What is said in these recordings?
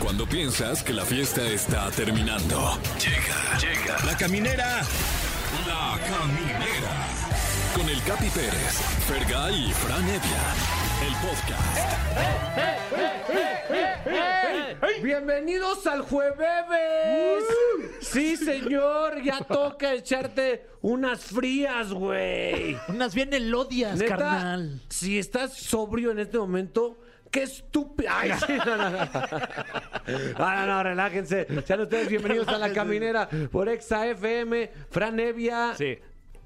Cuando piensas que la fiesta está terminando. Llega, llega. La caminera. La caminera. Con el Capi Pérez, Fergay y Fran Evia. El podcast. Bienvenidos al jueves. Sí, señor, ya toca echarte unas frías, güey. Pues, Unas bien elodias, Neta, carnal. si estás sobrio en este momento, qué estúpido. Ay, sí, no, no, no. Ah, no, no, relájense. Sean ustedes bienvenidos a La Caminera por Exa FM. Fran Evia. Sí.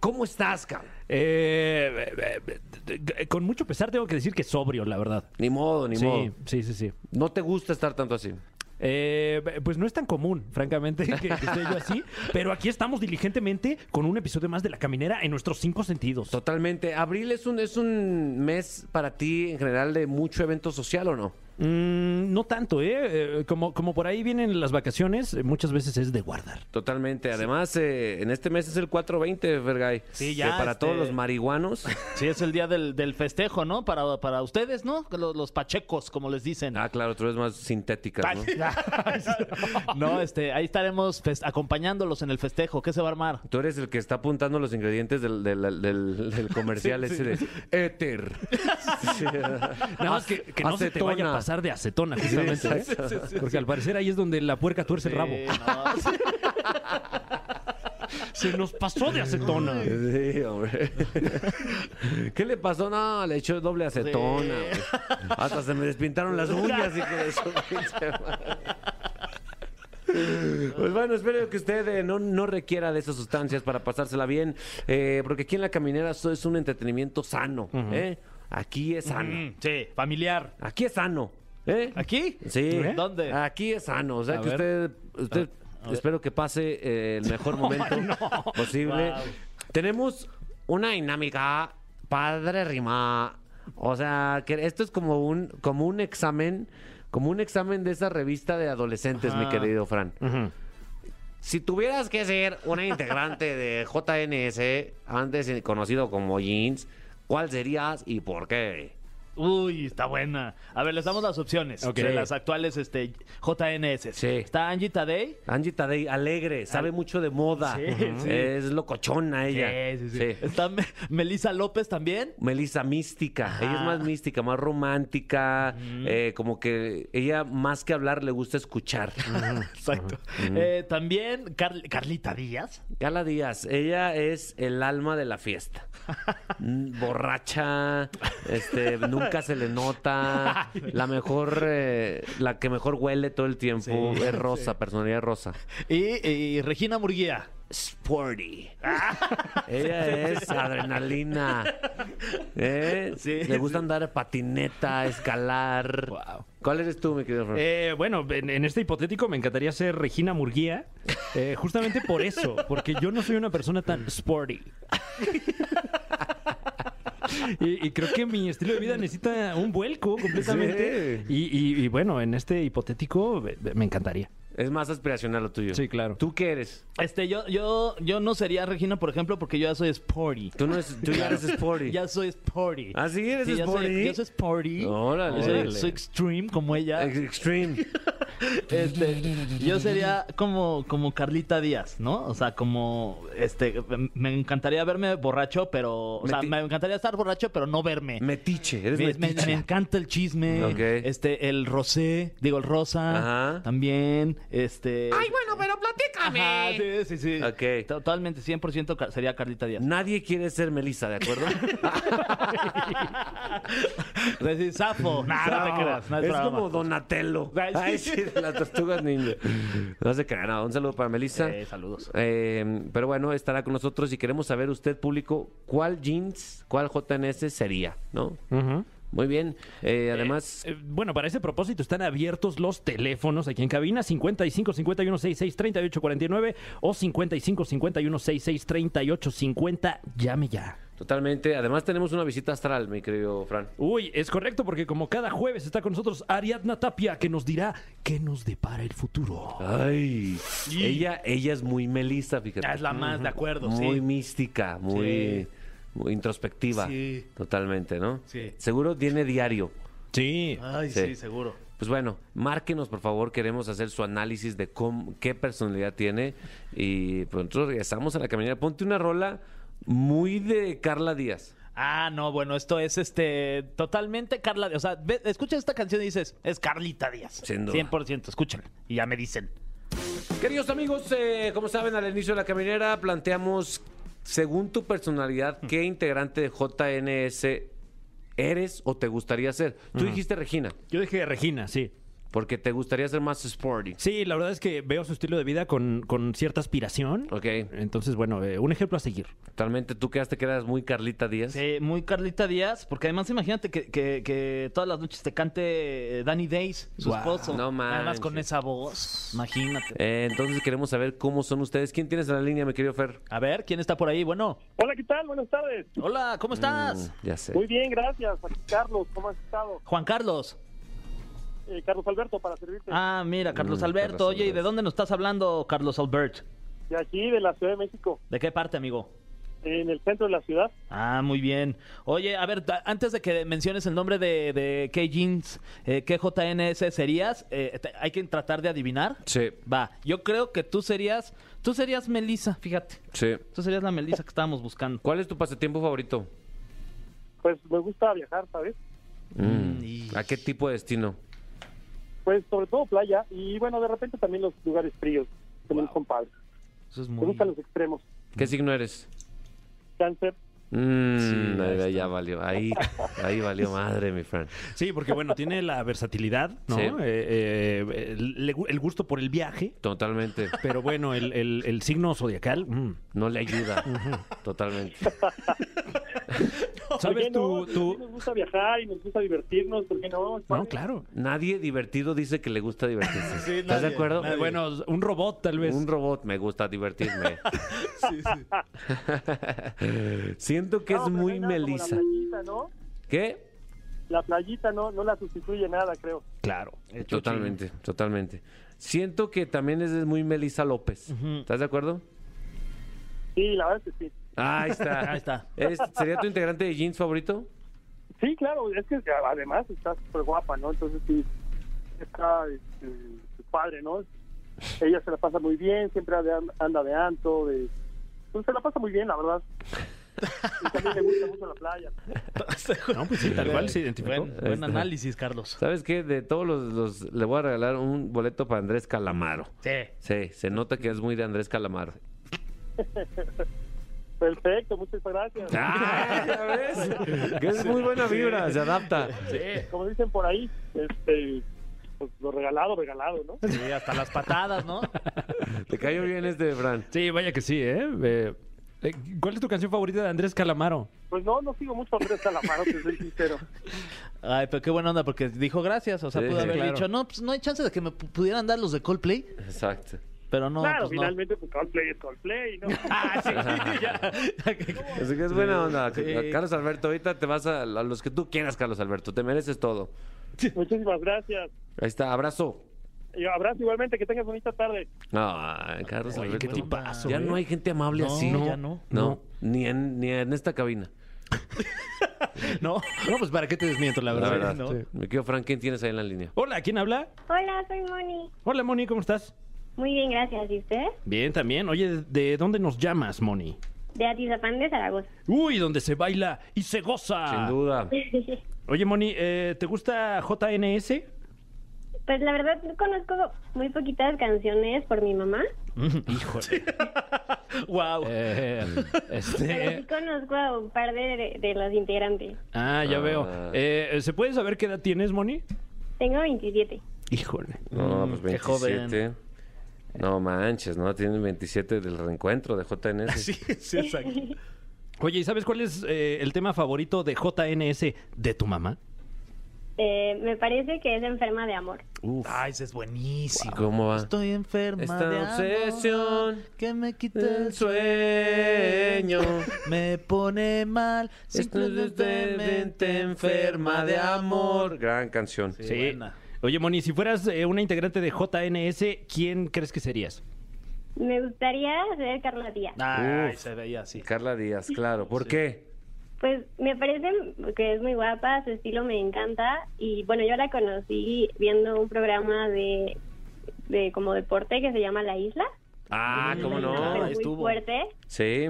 ¿Cómo estás, cabrón? Eh, eh, eh, eh, con mucho pesar tengo que decir que sobrio, la verdad. Ni modo, ni sí, modo. sí, sí, sí. No te gusta estar tanto así. Eh, pues no es tan común, francamente, que, que esté yo así. Pero aquí estamos diligentemente con un episodio más de La Caminera en nuestros cinco sentidos. Totalmente. ¿Abril es un, es un mes para ti en general de mucho evento social o no? Mm, no tanto, ¿eh? Eh, Como, como por ahí vienen las vacaciones, eh, muchas veces es de guardar. Totalmente. Además, eh, en este mes es el 420, Fergay. Sí, ya, Que para este- todos los marihuanos. Sí, es el día del, del festejo, ¿no? Para, para ustedes, ¿no? Los, los pachecos, como les dicen. Ah, claro, tú eres más sintética, ¿no? No, este, ahí estaremos fes- acompañándolos en el festejo. ¿Qué se va a armar? Tú eres el que está apuntando los ingredientes del, del- del- del comercial ese de éter. Sí. Nada más que, que no se te vaya Acetona. a pasar de acetona, justamente. ¿eh? Porque al parecer ahí es donde la puerca tuerce el rabo. Eh, no, sí. Se nos pasó de acetona. Sí, hombre. ¿Qué le pasó? No, le echó doble acetona. Sí. güey. Hasta se me despintaron las uñas, hijo de su pinche madre. Pues bueno, espero que usted eh, no, no requiera de esas sustancias para pasársela bien, eh, porque aquí en La Caminera eso es un entretenimiento sano, ¿eh? Aquí es sano, Mm, sí, familiar. aquí es sano, ¿eh? ¿Aquí? Sí. ¿Eh? ¿Dónde? Aquí es sano. O sea, A que usted, usted espero que pase eh, el mejor momento posible. Wow. Tenemos una dinámica padre rima. O sea, que esto es como un, como un examen, como un examen de esa revista de adolescentes, mi Ajá. querido Fran. Si tuvieras que ser una integrante de JNS, antes conocido como Jeans, ¿cuál serías y por qué? Uy, está buena. A ver, les damos las opciones. Ok. De las actuales este, JNS. Sí. Está Angie Tadei. Angie Tadei, alegre, sabe mucho de moda. Ah, Sí, Ujú. sí. Es locochona ella. Sí, sí, sí. Está Me- Melissa López también. Melissa mística, ella es más mística, más romántica, eh, como que ella más que hablar le gusta escuchar. Exacto. Eh, también Carl- Carlita Díaz. Gala Díaz, ella es el alma de la fiesta. Mm, Borracha, este, nunca se le nota, la mejor, eh, la que mejor huele todo el tiempo, es rosa, personalidad rosa. Y, y Regina Murguía. Sporty. Ella es adrenalina. ¿Eh? Le Sí, sí. gusta andar patineta, escalar. Wow. ¿Cuál eres tú, mi querido Fran? Eh, bueno, en, en este hipotético me encantaría ser Regina Murguía, eh, justamente por eso, porque yo no soy una persona tan sporty. Y, y creo que mi estilo de vida necesita un vuelco completamente. Y, y- y bueno, en este hipotético eh, me encantaría. Es más aspiracional lo tuyo. Sí, claro. ¿Tú qué eres? Este, yo, yo, yo no sería Regina, por ejemplo, porque yo ya soy sporty. Tú, no eres, tú ya eres sporty. Ya soy sporty. ¿Ah, sí? ¿Eres Sí, yo soy- sporty? Yo soy sporty. Órale. Yo soy, Órale. soy extreme como ella. Ex- Extreme. Este, yo sería como, como Carlita Díaz, ¿no? O sea, como, este, me encantaría verme borracho, pero, o sea, Meti- me encantaría estar borracho, pero no verme. Metiche. Eres Me, me- metiche. me encanta el chisme, Ok. este, el rosé, digo el rosa, Ajá. también, este. Ay, bueno, pero platícame. Ajá, sí, sí, sí. Ok. Totalmente, 100% Car- sería Carlita Díaz. Nadie quiere ser Melissa, ¿de acuerdo? Decir, Safo. Nah, Ah, no, te creas, no es, es broma. como Donatello. Ay, sí. Ay, sí, de las tortugas ninja. No se crean. no. Un saludo para Melissa. Eh, saludos. Eh, pero bueno, estará con nosotros y queremos saber usted, público, cuál jeans, cuál JNS sería, ¿no? Muy bien. Eh, además, Eh, bueno, para ese propósito están abiertos los teléfonos aquí en cabina 55 51 66 38 49 o 55 51 66 38 50. Llame ya. totalmente. Además tenemos una visita astral, mi querido Fran. Uy, es correcto, porque como cada jueves está con nosotros Ariadna Tapia, que nos dirá qué nos depara el futuro. Ay. Ella, ella es muy Melissa, fíjate. Es la más, de acuerdo, muy sí. mística, muy, muy introspectiva. Sí. Totalmente, ¿no? Sí. Seguro tiene diario. Sí. Ay, Sí. sí, seguro. Pues bueno, márquenos por favor, queremos hacer su análisis de cómo, qué personalidad tiene y pues nosotros regresamos a la caminera. Ponte una rola muy de Carla Díaz. Ah, no, bueno, esto es este totalmente Carla. O sea, ve- escucha esta canción y dices, es Carlita Díaz. Sin duda. 100%, escúchenla. Y ya me dicen. Queridos amigos, eh, como saben, al inicio de la caminera planteamos, según tu personalidad, qué integrante de JNS eres o te gustaría ser. Tú dijiste Regina, Yo dije Regina, sí. porque te gustaría ser más sporty. Sí, la verdad es que veo su estilo de vida con, con cierta aspiración. Ok, Entonces, bueno, eh, un ejemplo a seguir. totalmente tú quedaste que eras muy Carlita Díaz. Sí, muy Carlita Díaz, porque además imagínate que, que- que todas las noches te cante eh, Danny Days, su Guau, esposo. no Además manches. con esa voz, imagínate. Eh, entonces queremos saber cómo son ustedes. ¿Quién tienes en la línea, mi querido Fer? A ver, ¿quién está por ahí? Bueno, Hola, ¿qué tal? Buenas tardes. hola, ¿cómo estás? Mm, ya sé. Muy bien, gracias. Aquí Carlos, ¿cómo has estado? Juan Carlos. Eh, Carlos Alberto, para servirte. Ah, mira, Carlos Mm, Alberto. Carlos Oye, ¿y de Alberto. dónde nos estás hablando, Carlos Alberto? De aquí, de la Ciudad de México, ¿De qué parte, amigo? en el centro de la ciudad. Ah, muy bien. Oye, a ver, ta- antes de que menciones el nombre de, de qué jeans, eh, qué JNS serías, eh, te- hay que tratar de adivinar. Sí, Va, yo creo que tú serías, tú serías Melissa, fíjate. sí. Tú serías la Melissa que estábamos buscando. ¿Cuál es tu pasatiempo favorito? Pues me gusta viajar, ¿sabes? Mm, Mm, y- ¿A qué tipo de destino? Pues sobre todo playa y bueno, de repente también los lugares fríos con mis compadres. Eso es Me muy... gustan los extremos. ¿Qué signo eres? Cáncer, Mm, Sí, ahí ahí está. ya valió. Ahí, ahí valió madre, mi friend. Sí, porque bueno, tiene la versatilidad, ¿no? Sí. Eh, eh, el, el gusto por el viaje, Totalmente. pero bueno, el, el- el signo zodiacal. mm. No le ayuda. Totalmente. ¿por ¿Sabes qué tú? no? Sí, Nos gusta viajar y nos gusta divertirnos, ¿por qué no? No, claro. Nadie divertido dice que le gusta divertirse. ¿Estás de acuerdo? Eh, Bueno, un robot tal pues- vez. Un robot me gusta divertirme. Siento que No, es pero no muy hay nada como Melissa. La playita, ¿no? ¿Qué? La playita no, no la sustituye nada, creo. Claro. Totalmente, totalmente. Siento que también es muy Melissa López. ¿Estás de acuerdo? Sí, la verdad es que sí. Ahí está. Ahí está. Es- ¿Sería tu integrante de jeans favorito? Sí, claro, es que además está súper guapa, ¿no? Entonces sí, está este, padre, ¿no? Ella se la pasa muy bien, siempre anda de- anda de anto, de... Pues se la pasa muy bien, la verdad. Y también le gusta mucho la playa. No, pues sí, tal cual se identificó. Este. Buen, buen está. análisis, Carlos. ¿Sabes qué? De todos los, los- Le voy a regalar un boleto para Andrés Calamaro. Sí. Sí, se nota que es muy de Andrés Calamaro. Perfecto, muchas gracias. ¡Ah! ¿Ya ves? Que es muy buena vibra, se adapta. Como dicen por ahí, este, pues, lo regalado, regalado, ¿no? Sí, hasta las patadas, ¿no? Te cayó bien este, Fran. Sí, vaya que sí, ¿eh? Eh, eh, ¿Cuál es tu canción favorita de Andrés Calamaro? Pues no, no sigo mucho a Andrés Calamaro, te soy sincero. Ay, pero qué buena onda, porque dijo gracias. O sea, Sí, pudo sí, haber claro. dicho, no, pues no hay chance de que me pu- pudieran dar los de Coldplay. Exacto. Pero no, claro, pues no. finalmente, pues Coldplay es Coldplay, ¿no? Ah, Así que es buena onda. Sí. Carlos Alberto, ahorita te vas a, a los que tú quieras, Carlos Alberto. Te mereces todo. Muchísimas gracias. Ahí está, abrazo. Y abrazo igualmente, que tengas bonita tarde. Ay, Carlos Oye, Alberto. qué tipazo, ya ¿eh? no hay gente amable No, así. ya no. No, ni en, ni en esta cabina. No, no, pues para qué te desmiento, la La verdad. ¿no? Sí. Me quedo, Fran, ¿quién tienes ahí en la línea? Hola, ¿quién habla? Hola, soy Moni. Hola, Moni, ¿cómo estás? Muy bien, gracias. ¿Y usted? Bien, también. Oye, ¿de dónde nos llamas, Moni? De Atizapán de Zaragoza. Uy, donde se baila y se goza. Ah. Sin duda. Oye, Moni, eh, ¿te gusta JNS? Pues la verdad conozco muy poquitas canciones por mi mamá, Eh, Híjole. Wow. Eh, pero sí eh. este. conozco a un par de, de- de los integrantes. Ah, ya veo. Eh, ¿Se puede saber qué edad tienes, Moni? Tengo 27. Híjole. No, Mm, pues qué joven. 27. No manches, ¿no? Tienen 27 del reencuentro de JNS. Sí, Eh, sí, exacto. Oye, ¿y sabes cuál es eh, el tema favorito de JNS de tu mamá? Eh, me parece que es enferma de amor. Uf, Ay, ese es buenísimo. ¿Cómo va? Estoy enferma Esta de obsesión amor, que me quita El el sueño. Me pone mal, Simplemente simplemente enferma de amor. Gran canción. Sí, buena. Eh, Oye, Moni, si fueras eh, una integrante de JNS, ¿quién crees que serías? Me gustaría ser Carla Díaz. Ay, Uf. se veía así. Carla Díaz, claro. ¿Por qué? Pues me parece que es muy guapa, su estilo me encanta y bueno, yo la conocí viendo un programa de, de como deporte que se llama La Isla. Ah, Es ¿cómo un no? programa Muy Estuvo. fuerte, Sí.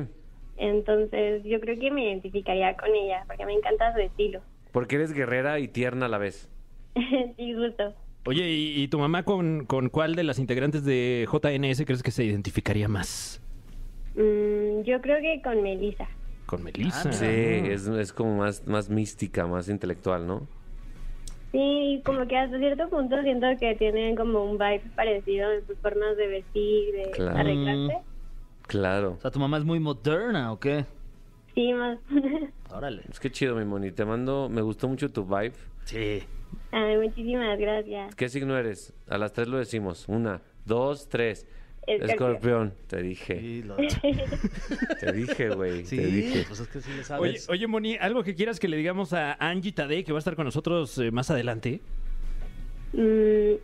entonces yo creo que me identificaría con ella porque me encanta su estilo. Porque eres guerrera y tierna a la vez. sí, justo. Oye, ¿y, y tu mamá con, con cuál de las integrantes de JNS crees que se identificaría más? Mm, yo creo que con Melissa. Con Melissa. Ah, Ah. Sí, es, es como más, más mística, más intelectual, ¿no? Sí, y como que hasta cierto punto siento que tienen como un vibe parecido en sus formas de vestir, de Claro. arreglarse. Claro. O sea, ¿tu mamá es muy moderna o qué? Sí, más. Órale. Es que chido, mi moni. Te mando, me gustó mucho tu vibe. Sí. Ay, muchísimas gracias. ¿Qué signo eres? A las tres lo decimos. Una, dos, tres. Escorpión. Escorpión. Te dije. Sí, lo- Te dije, güey. sí, Te dije. pues es que sí le Oye, sabes. oye, Moni, ¿algo que quieras que le digamos a Angie Tadei, que va a estar con nosotros eh, más adelante? Mm,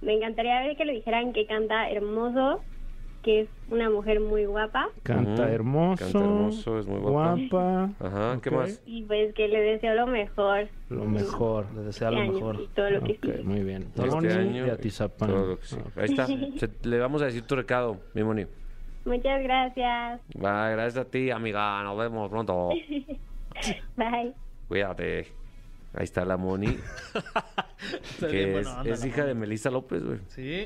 me encantaría ver que le dijeran que canta hermoso, que es una mujer muy guapa Canta Ujú. hermoso, Canta hermoso, es muy guapa. Ajá, ¿qué más? y pues que le deseo lo mejor. Lo mejor. Le desea lo Este año mejor. Y todo lo que sigue. muy bien. Este año. y todo lo que sí. Ahí está. Se- Le vamos a decir tu recado, mi moni. Muchas gracias. Va, gracias a ti, amiga. Nos vemos pronto. Bye. Cuídate. Ahí está la Moni, que es, es hija de Melissa López, güey. Sí.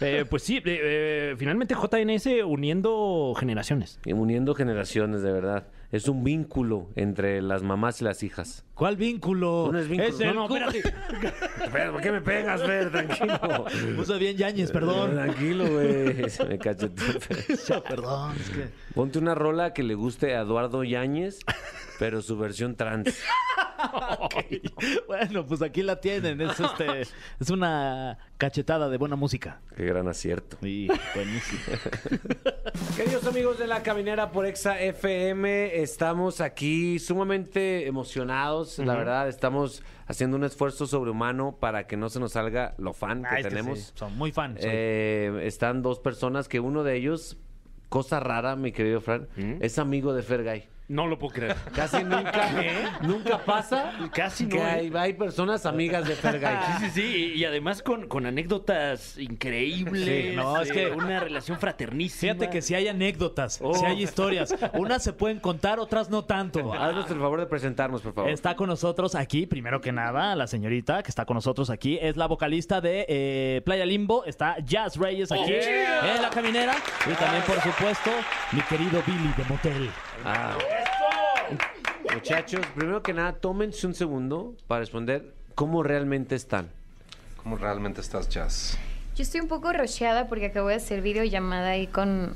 Eh, pues sí, eh, eh, finalmente JNS uniendo generaciones. Y Uniendo generaciones, de verdad. Es un vínculo entre las mamás y las hijas. ¿Cuál vínculo? No es vínculo. el No, no, cu- Fer, ¿por qué me pegas, Fer? Tranquilo. Puso bien Yañez, Eh, perdón. Tranquilo, güey. Se me cachetó, Fer. perdón, es que. Ponte una rola que le guste a Eduardo Yáñez, pero su versión trans. Bueno, pues aquí la tienen. Es este. Es una cachetada de buena música. Qué gran acierto. Sí, buenísimo. Queridos amigos de la caminera por Exa FM, estamos aquí sumamente emocionados, la verdad, estamos haciendo un esfuerzo sobrehumano para que no se nos salga lo fan que Ah, es que tenemos. sí, Son muy fans. Eh, están dos personas que uno de ellos, cosa rara, mi querido Fran, Mm. es amigo de Fergay. No lo puedo creer. Casi nunca, nunca pasa Casi no, que ¿eh? hay, hay personas amigas de Fergay. Ah. Sí, sí, sí. Y, y además con, con anécdotas increíbles. Sí, no, es eh, que- Una relación fraternísima. Fíjate que si hay anécdotas, si hay historias. Unas se pueden contar, otras no tanto. Ah, Haznos el favor de presentarnos, por favor. Está con nosotros aquí, primero que nada, la señorita que está con nosotros aquí es la vocalista de eh, Playa Limbo. Está Jazz Reyes aquí en la caminera. Y también, por supuesto, mi querido Billy de Motel. Ah. Muchachos, primero que nada, tómense un segundo para responder cómo realmente están. ¿Cómo realmente estás, Jazz? Yo estoy un poco rocheada porque acabo de hacer videollamada ahí con,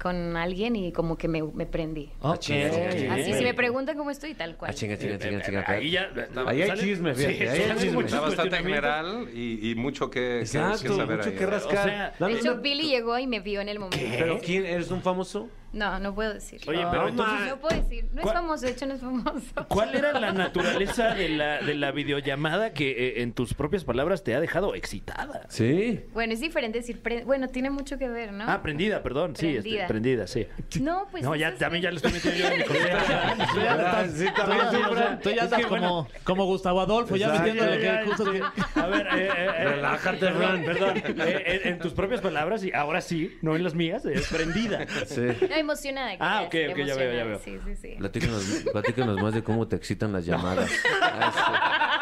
con alguien y como que me, me prendí. Ah, chinga, chinga, chinga, Así, chinga. si me preguntan cómo estoy, tal cual. Ah, chinga, chinga, chinga, chinga. Eh, Ahí ya. Ahí hay chisme, fíjate, ahí hay chisme. Está bastante general y, y mucho que, que- que Exacto, saber mucho ahí. que rascar. O sea, ¿Eh? Dame De hecho, una- Billy llegó y me vio en el momento. ¿Pero quién? ¿Eres un famoso? No, no puedo decir. Oye, no, pero no, entonces- no puedo decir. No es ¿Cuál- famoso, de hecho no es famoso. ¿Cuál era la naturaleza de la, de la videollamada que, eh, en tus propias palabras, te ha dejado excitada? Sí. Bueno, es diferente decir... pre- Bueno, tiene mucho que ver, ¿no? Ah, prendida, perdón. Sí, este, Prendida. prendida, sí. No, pues... no, ya eso es- también ya lo estoy metiendo yo en mi Tú colega. ya Ah, estás- sí, tú también ya- tú, o sea, Fran. tú ya Es estás que, como, bueno. como Gustavo Adolfo, ya Exacto, metiendo lo ya, que justo- este, A ver, eh, eh, eh, Relájate, perdón, Fran. Perdón, Eh, eh, en tus propias palabras, y ahora sí, no en las mías, es prendida. Sí. No, emocionada. que Ah, ya ok, estoy ok, ya veo, ya emocionada, veo. Sí, sí, sí. Platícanos, platícanos más de cómo te excitan las llamadas. Ah,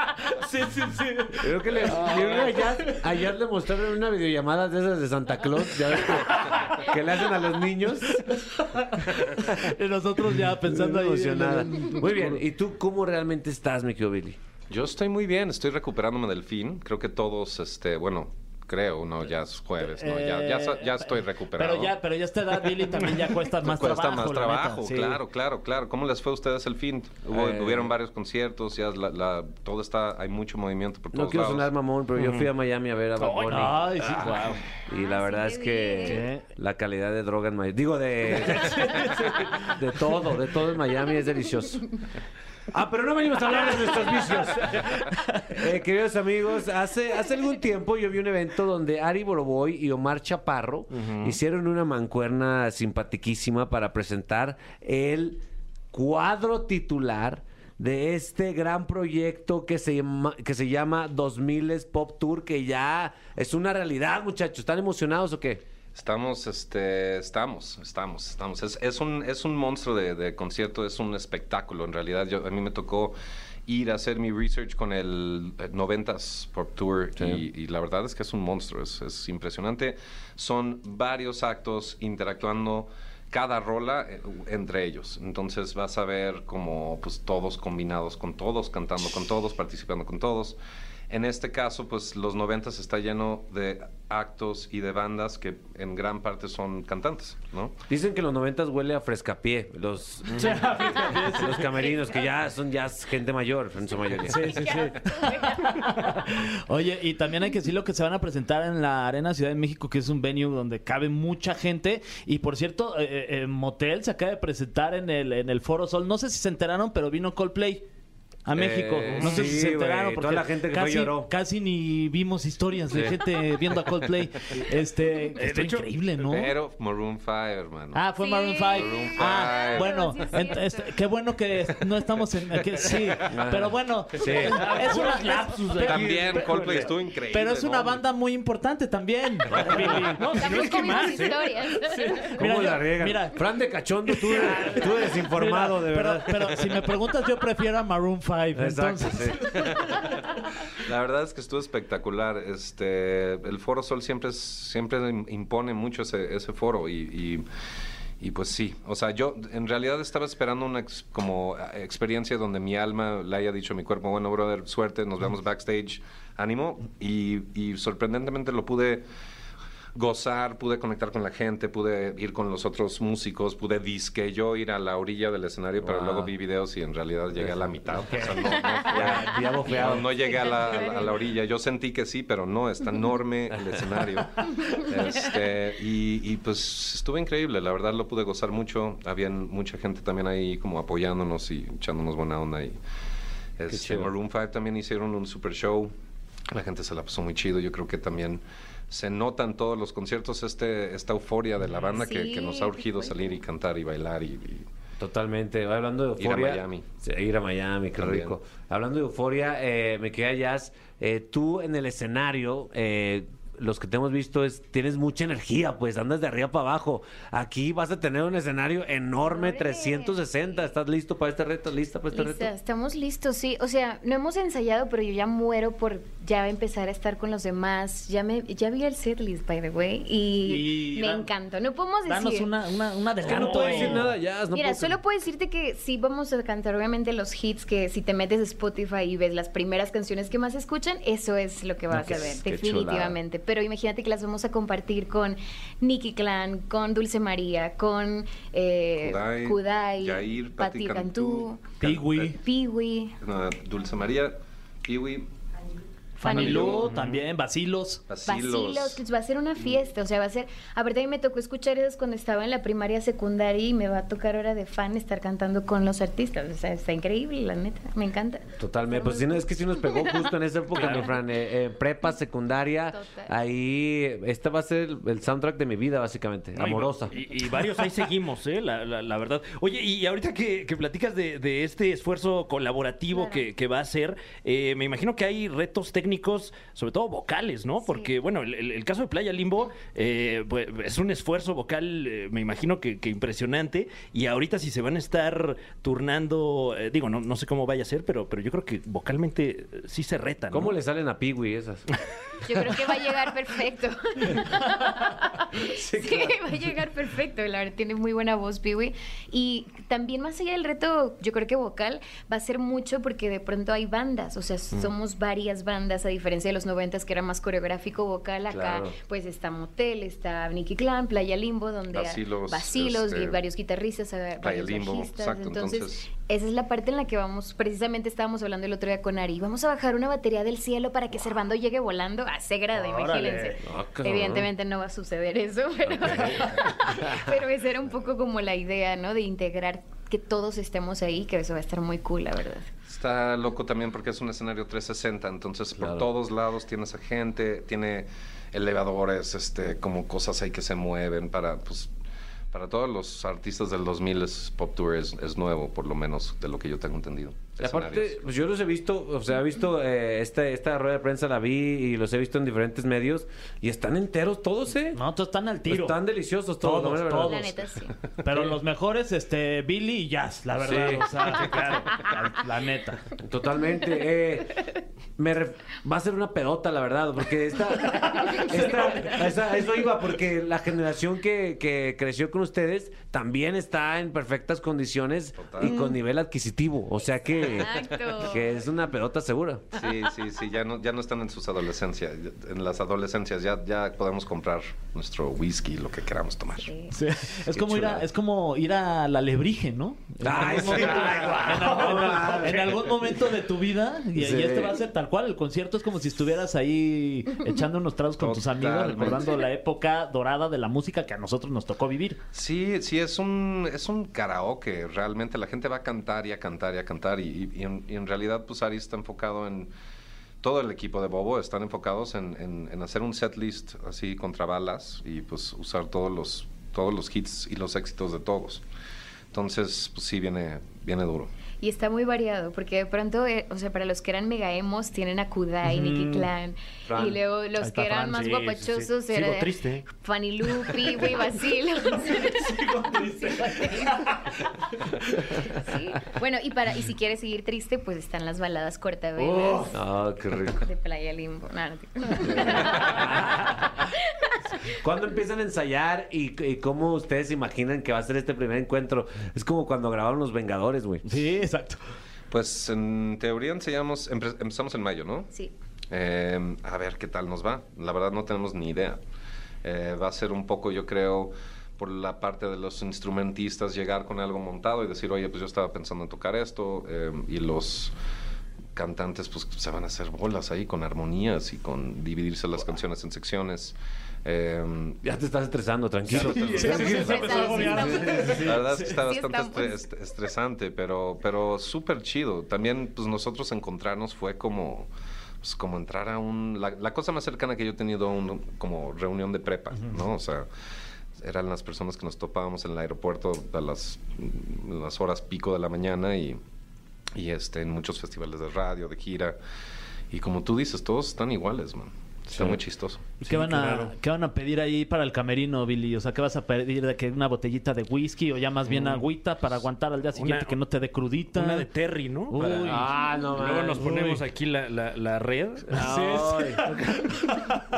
Sí, sí, sí. Ah. sí. Creo que le, yo creo que a Jazz- a Jazz le mostraron una videollamada de esas de Santa Claus, ya ves que, que le hacen a los niños. Y Nosotros ya pensando ahí en- emocionada. Muy bien, ¿y tú cómo realmente estás, mi querido Billy? Yo estoy muy bien, estoy recuperándome del fin. Creo que todos, este, bueno, creo, no, ya es jueves, no, ya, ya, so- ya estoy recuperado. Eh, Pero ya, pero ya esta edad, Billy, también ya cuesta más Cuesta trabajo. más la neta, trabajo, sí. claro, claro, claro. ¿Cómo les fue a ustedes el fin? Hubo, Eh. Tuvieron varios conciertos, ya la- la- todo está, hay mucho movimiento por todos No quiero lados. sonar mamón, pero yo fui a Miami a ver a Bad Bunny. Ay, sí, guau. Y la Ah, verdad sí es le que la calidad de droga en Miami, digo de, de todo, de todo en Miami es delicioso. Ah, pero no venimos a hablar de nuestros vicios. Eh, queridos amigos, hace, hace algún tiempo yo vi un evento donde Ari Boroboy y Omar Chaparro hicieron una mancuerna simpatiquísima para presentar el cuadro titular de este gran proyecto que se, llama- que se llama 2000 Pop Tour, que ya es una realidad, muchachos. ¿Están emocionados o qué? Estamos, este, estamos, estamos, estamos. Es, es un, es un monstruo de, de concierto, es un espectáculo. En realidad, yo, a mí me tocó ir a hacer mi research con el eh, 90s Pop Tour y, y la verdad es que es un monstruo, es, es impresionante. Son varios actos interactuando cada rola eh, entre ellos. Entonces vas a ver como pues todos combinados con todos, cantando con todos, participando con todos. En este caso, pues los 90 está lleno de actos y de bandas que en gran parte son cantantes, ¿no? Dicen que los noventas huele a frescapié, los, los camerinos, que ya son ya es gente mayor en su mayoría. Oye, y también hay que decirlo que se van a presentar en la Arena Ciudad de México, que es un venue donde cabe mucha gente. Y por cierto, eh, eh, Motel se acaba de presentar en el, en el Foro Sol. No sé si se enteraron, pero vino Coldplay. A México. Eh, no sé si sí, se enteraron güey. porque Toda la gente que fue casi, lloró. casi ni vimos historias de gente viendo a Coldplay. Este, Eh, esto hecho, increíble, ¿no? Pero Maroon 5, hermano. Ah, fue Sí. Maroon 5. Maroon Ah, five. bueno, Sí, es ent- cierto. este, qué bueno que no estamos en... que sí, pero bueno, es una lapsus. de- También Coldplay estuvo increíble. Pero es una ¿no? banda muy importante también. No, si no es que Tampoco más. ¿eh? vimos ¿eh? historias. ¿Cómo Mira, la yo- riegan? mira. Fran de cachondo, tú, tú desinformado, Mira, de pero- verdad. Pero, si me preguntas, yo prefiero a Maroon 5. Exacto, entonces, sí. La verdad es que estuvo espectacular. Este, el Foro Sol siempre es- siempre im- impone mucho ese, ese foro y, y- y, pues sí. O sea, yo en realidad estaba esperando una ex- como eh, experiencia donde mi alma le haya dicho a mi cuerpo, bueno, brother, suerte, nos vemos backstage, ánimo. Y, y sorprendentemente lo pude gozar, pude conectar con la gente, pude ir con los otros músicos, pude disque yo ir a la orilla del escenario, pero Wow. luego vi videos y en realidad llegué a la mitad. O sea, no- no fue- Ya, ya bofeado. no, no llegué a la, a la orilla. Yo sentí que sí, pero no, está enorme el escenario. Este, y, y, pues estuvo increíble, la verdad lo pude gozar mucho. Había mucha gente también ahí como apoyándonos y echándonos buena onda. Y, este, Maroon 5 también hicieron un super show. La gente se la pasó muy chido. Yo creo que también se notan todos los conciertos este, esta euforia de la banda que, que nos Sí, ha qué urgido fuerte. salir y cantar y bailar y- y Totalmente. Hablando de Ir a euforia. Miami. Sí, ir a Miami, qué También. rico. Hablando de euforia, eh, me queda Jazz. eh, tú en el escenario, eh, los que te hemos visto, es tienes mucha energía, pues andas de arriba para abajo. Aquí vas a tener un escenario enorme, Órale. 360. ¿Estás listo para este reto? ¿Lista para este Lista, reto? estamos listos, sí. O sea, no hemos ensayado, pero yo ya muero por ya empezar a estar con los demás. Ya me, ya vi el setlist, by the way, y, Y me dan- encantó. No podemos decir. danos una, una, una Es que no adelanto. puedo decir nada, Jazz. no Mira, puedo- solo puedo decirte que sí vamos a cantar obviamente los hits que si te metes a Spotify y ves las primeras canciones que más escuchan, eso es lo que vas qué- a ver, qué definitivamente. Pero imagínate que las vamos a compartir con Nicky Clan, con Dulce María, con eh, Kudai, Kudai, Yair, Pati Pati Cantú, Cantú, Piwi, Piwi, No, Dulce María, Kiwi, Fanny Lu, Lu. también, Basilos. Basilos. Vacilos, pues va a ser una fiesta, o sea, va a ser... Aparte a mí me tocó escuchar esas cuando estaba en la primaria, secundaria y me va a tocar ahora de fan estar cantando con los artistas, o sea, está increíble, la neta, me encanta. Totalmente, pues sí, no, es que sí nos pegó justo en esa época, mi Fran. eh, eh, prepa, secundaria, Total. ahí, esta va a ser el, el soundtrack de mi vida, básicamente, No, y- amorosa. Y, y varios ahí seguimos, ¿eh? la, la- la verdad. Oye, y ahorita que, que platicas de, de este esfuerzo colaborativo Claro. que, que va a ser, eh, me imagino que hay retos técnicos, sobre todo vocales, ¿no? Porque, bueno, el, el- el caso de Playa Limbo eh, pues, es un esfuerzo vocal, eh, me imagino que, que impresionante. Y ahorita si se van a estar turnando, eh, digo, no, no sé cómo vaya a ser, pero, pero yo creo que vocalmente eh, sí se retan. ¿no? ¿Cómo le salen a Piwi esas? Yo creo que va a llegar perfecto. sí, va a llegar perfecto. La verdad, tiene muy buena voz, Piwi. Y también más allá del reto, yo creo que vocal va a ser mucho porque de pronto hay bandas. O sea, Mm. somos varias bandas, a diferencia de los noventas que era más coreográfico vocal. Acá, Claro. pues está Motel, está Nicky Clan, Playa Limbo, donde hay Vacilos, vacilos, este, y varios guitarristas, a- varios Limbo, bajistas. exacto, entonces, entonces- esa es la parte en la que vamos, precisamente estábamos hablando el otro día con Ari, vamos a bajar una batería del cielo para que Servando llegue volando a ese grado, Órale. imagínense. Ah, cabrón. Evidentemente no va a suceder eso, pero, pero esa era un poco como la idea, ¿no? De integrar que todos estemos ahí, que eso va a estar muy cool, la verdad. Está loco también porque es un escenario 360, entonces Claro. por todos lados tienes a gente, tiene elevadores, este, como cosas ahí que se mueven para, pues, Para todos los artistas del 2000 es- Pop Tour es, es nuevo, por lo menos de lo que yo tengo entendido. Y aparte, Escenarios. pues yo los he visto, o sea, he visto eh, esta, esta rueda de prensa, la vi y los he visto en diferentes medios y están enteros todos, ¿eh? No, todos están al tiro. Están deliciosos todos, Todos, la mera todos. verdad. La neta, sí. Pero los mejores, este, Billy y Jazz, la verdad. Sí. O sea, claro, la, la neta. Totalmente. eh, me ref- Va a ser una pedota, la verdad, porque esta, esta- esa- eso iba, porque la generación que, que creció con ustedes también está en perfectas condiciones Total. y con nivel adquisitivo. O sea que, Exacto. que es una pedota segura. Sí, sí, sí, ya no, ya no están en sus adolescencias. En las adolescencias ya, ya podemos comprar nuestro whisky, lo que queramos tomar. Sí. Es como, ir a, es como ir a la lebrige, ¿no? En Ay, algún Ah, sí, momento- ay, guau, en algún- no en mames. en algún momento de tu vida, y, y Sí. este va a ser tal cual, el concierto es como si estuvieras ahí echando unos tragos con tus amigos, Totalmente. recordando la época dorada de la música que a nosotros nos tocó vivir. Sí, sí, es un, es un karaoke. Realmente la gente va a cantar y a cantar y a cantar. Y, y en, y en realidad, pues Ari está enfocado en. Todo el equipo de Bobo están enfocados en, en- en hacer un set list así contra balas y pues usar todos los, todos los hits y los éxitos de todos. Entonces, pues sí, viene, viene duro. Y está muy variado, porque de pronto, eh, o sea, para los que eran mega emos, tienen a Kudai, Nicky Clan. Fran. Y luego Ahí los está que eran Fran, sí, más sí, sí. guapachosos Sigo eran triste. Fanny Lupi, güey, Basilo. Sí. Bueno, y para y si quieres seguir triste, pues están las baladas cortavenas Ah, qué rico. de Playa Limbo. No, no te- ¿Cuándo empiezan a ensayar y, y cómo ustedes se imaginan que va a ser este primer encuentro? Es como cuando grabaron Los Vengadores, güey. Sí, exacto. Pues en teoría ensayamos, empe- empezamos en mayo, ¿no? Sí. Eh, a ver qué tal nos va. La verdad no tenemos ni idea. Eh, va a ser un poco, yo creo, por la parte de los instrumentistas llegar con algo montado y decir, oye, pues yo estaba pensando en tocar esto eh, y los cantantes pues se van a hacer bolas ahí con armonías y con dividirse las canciones en secciones. Eh, Ya te estás estresando, tranquilo. Sí, sí, sí, sí, sí, sí, estamos- la verdad es que está Sí, bastante estamos. estre- est- estresante, pero, pero súper chido. También, pues nosotros encontrarnos fue como, pues, como entrar a un. La, la cosa más cercana que yo he tenido a un, como reunión de prepa, ¿no? O sea, eran las personas que nos topábamos en el aeropuerto a las, las horas pico de la mañana y, y este, en muchos festivales de radio, de gira. Y como tú dices, todos están iguales, man. Está muy chistoso. ¿Y ¿Qué, van a, ¿Qué van a pedir ahí para el camerino, Billy? O sea, ¿qué vas a pedir de que una botellita de whisky o ya más Mm. bien agüita para aguantar al día siguiente que no te dé crudita? Una de Terry, ¿no? Uy. Ah, no, Luego mames. nos ponemos Uy. aquí la, la, la red. Ay.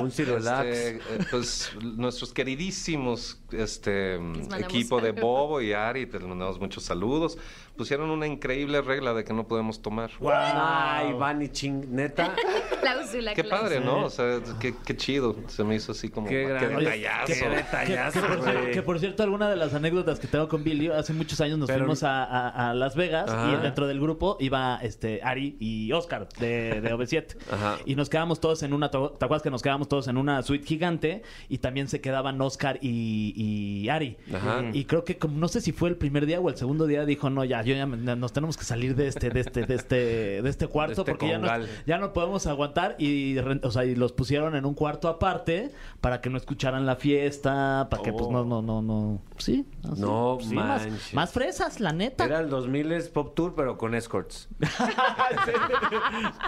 Un cirolax. Este, eh, pues nuestros queridísimos este mandamos equipo de saludos. Bobo y Ari, te mandamos muchos saludos. Pusieron una increíble regla de que no podemos tomar. Ay, van y ching, neta. Cláusula. Qué padre, cláusula. ¿no? O sea, qué, qué chido. Se me hizo así como Qué ah, gran- detallazo. Qué detallazo, Que por, cier- güey. que por cierto, alguna de las anécdotas que tengo con Billy, hace muchos años nos Pero- fuimos a, a- a Las Vegas Ajá. y dentro del grupo iba este Ari y Oscar de, de OV7. Ajá. Y nos quedábamos todos en una, to- ¿te acuerdas que nos quedábamos todos en una suite gigante? Y también se quedaban Oscar y, y Ari. Ajá. Y creo que como no sé si fue el primer día o el segundo día, dijo, no, ya, yo ya me- nos tenemos que salir de este, de este, de este, de este cuarto, este porque ya nos- congal. ya no podemos aguantar y, ren- o sea, y los pusieron en un cuarto aparte para que no escucharan la fiesta, para que pues no, no, no, no. Sí, así. Oh. No Sí, más, manches. más fresas, la neta. Era el 2000 es Pop Tour, pero con escorts.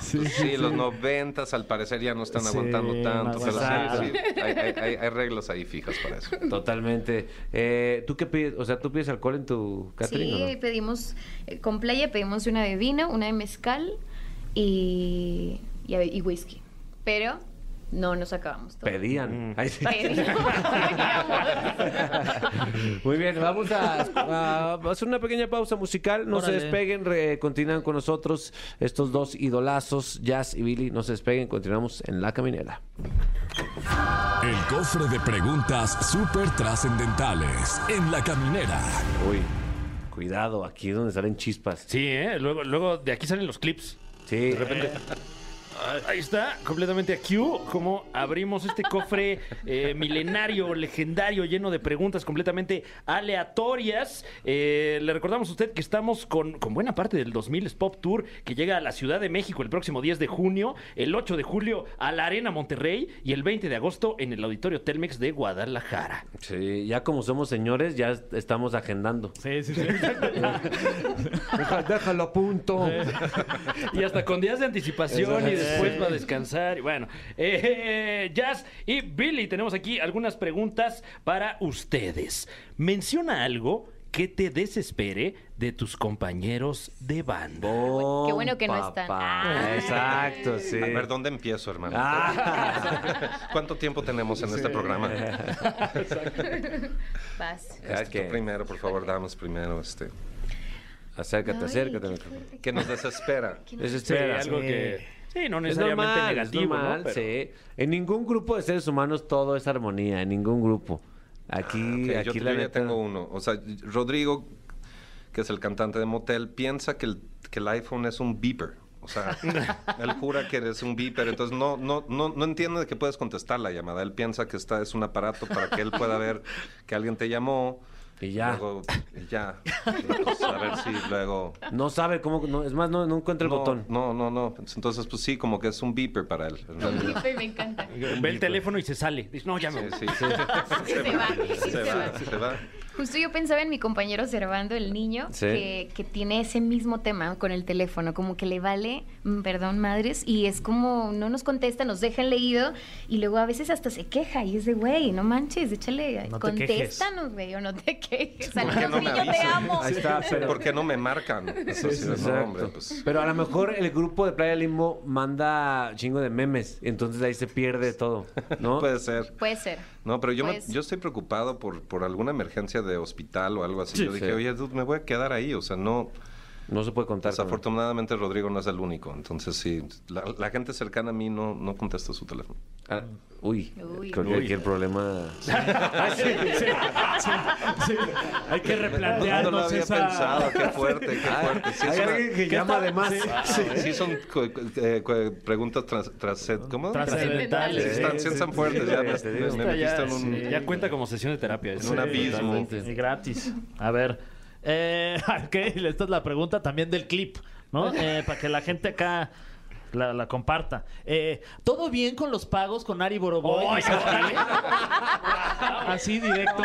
Sí, los noventas al parecer ya no están Sí, aguantando tanto. más Pero aguantado. sí, sí, hay, hay- hay- hay reglas ahí fijas para eso. Totalmente. Eh, ¿Tú qué pides? O sea, ¿tú pides alcohol en tu catering o no? Sí, pedimos, eh, con playa pedimos una de vino, una de mezcal y, y, a- y whisky. Pero no nos acabamos todo. Pedían. Mm. Ay, sí. Pedimos, Muy bien, vamos a, a hacer una pequeña pausa musical. No Órale. se despeguen, re- continúan con nosotros estos dos idolazos, Jazz y Billy. No se despeguen, continuamos en La Caminera. El cofre de preguntas súper trascendentales en la caminera. Uy, cuidado, aquí es donde salen chispas. Sí, ¿eh? Luego, luego de aquí salen los clips. Sí, De repente. Ahí está, completamente a Q, cómo abrimos este cofre eh, milenario, legendario, lleno de preguntas completamente aleatorias. Eh, le recordamos a usted que estamos con, con buena parte del 2000 Pop Tour que llega a la Ciudad de México el próximo 10 de junio, el 8 de julio a la Arena Monterrey y el 20 de agosto en el Auditorio Telmex de Guadalajara. Sí, ya como somos señores, ya est- estamos agendando. Sí, sí, sí. Déjalo a punto. Y hasta con días de anticipación y después para descansar. Y bueno, eh, Jazz y Billy, tenemos aquí algunas preguntas para ustedes. Menciona algo que te desespere de tus compañeros de banda. Qué bueno que no están. Ah. Exacto, sí. A ver, ¿dónde empiezo, hermano? Ah. ¿Cuánto tiempo tenemos en este programa? Vas. Este, tú Ok. primero, por favor, damas primero. Este. Acércate, Ay, acércate. qué Que nos desespera. Desespera. algo sí. que. Sí, no Es necesariamente normal, negativo, es ¿no? normal, Pero- sí. En ningún grupo de seres humanos todo es armonía, en ningún grupo. Aquí, Ah, Ok, yo, aquí yo la ya neta- tengo uno. O sea, Rodrigo, que es el cantante de Motel, piensa que el, que el iPhone es un beeper. O sea, él jura que eres un beeper, entonces no, no, no, no entiende que puedes contestar la llamada. Él piensa que está, es un aparato para que él pueda ver que alguien te llamó. Y ya. Luego, y ya. Y, pues, a ver si luego. No sabe cómo, no, es más, no, no encuentra el no, botón. No, no, no. Entonces, pues sí, como que es un beeper para él. en realidad. Me encanta. Ve el teléfono y se sale. Dice, no, ya me Sí, voy". sí, sí. Se va, Se va, se va. se va. Justo yo pensaba en mi compañero Servando, el niño, Sí. que, que tiene ese mismo tema con el teléfono, como que le vale, mm, perdón, madres, y es como no nos contesta, nos deja en leído, y luego a veces hasta se queja, y es de, güey, no manches, échale, No te quejes. contéstanos, güey, o no te quejes, al qué no menos me niño te avisas? amo. Ahí está, pero... ¿Por qué no me marcan? Entonces, no, hombre, pues. Pero a lo mejor el grupo de Playa Limbo manda chingo de memes, entonces ahí se pierde todo, ¿no? Puede ser. Puede ser. No, pero yo, me- Pues- yo estoy preocupado por, por alguna emergencia de hospital o algo así. Sí, yo dije, sí. oye, dude, me voy a quedar ahí. O sea, no. no se puede contar. con- Desafortunadamente, Rodrigo no es el único. Entonces, sí, la, la gente cercana a mí no, no contesta su teléfono. Ah, uy, Uy. creo que Uy. aquí el problema... Hay que no replantearnos lo había esa- pensado. Qué fuerte, qué fuerte. Sí, es Ah, Hay una- alguien que llama además. sí, sí son cu- cu- eh, cu- preguntas tras, tras, ¿cómo? Sí, Trascendentales. están, sí, están fuertes. sí, ya sí, me, te me- digo. me Está metiste ya, en un, sí, ya cuenta como sesión de terapia. en eso. un abismo. Y gratis. A ver. eh, ok, esta es la pregunta también del clip, ¿no? Eh, para que la gente acá la, la comparta. Eh, ¿Todo bien con los pagos con Ari Boroboy? ¡Ay, Dice aquí. Así directo.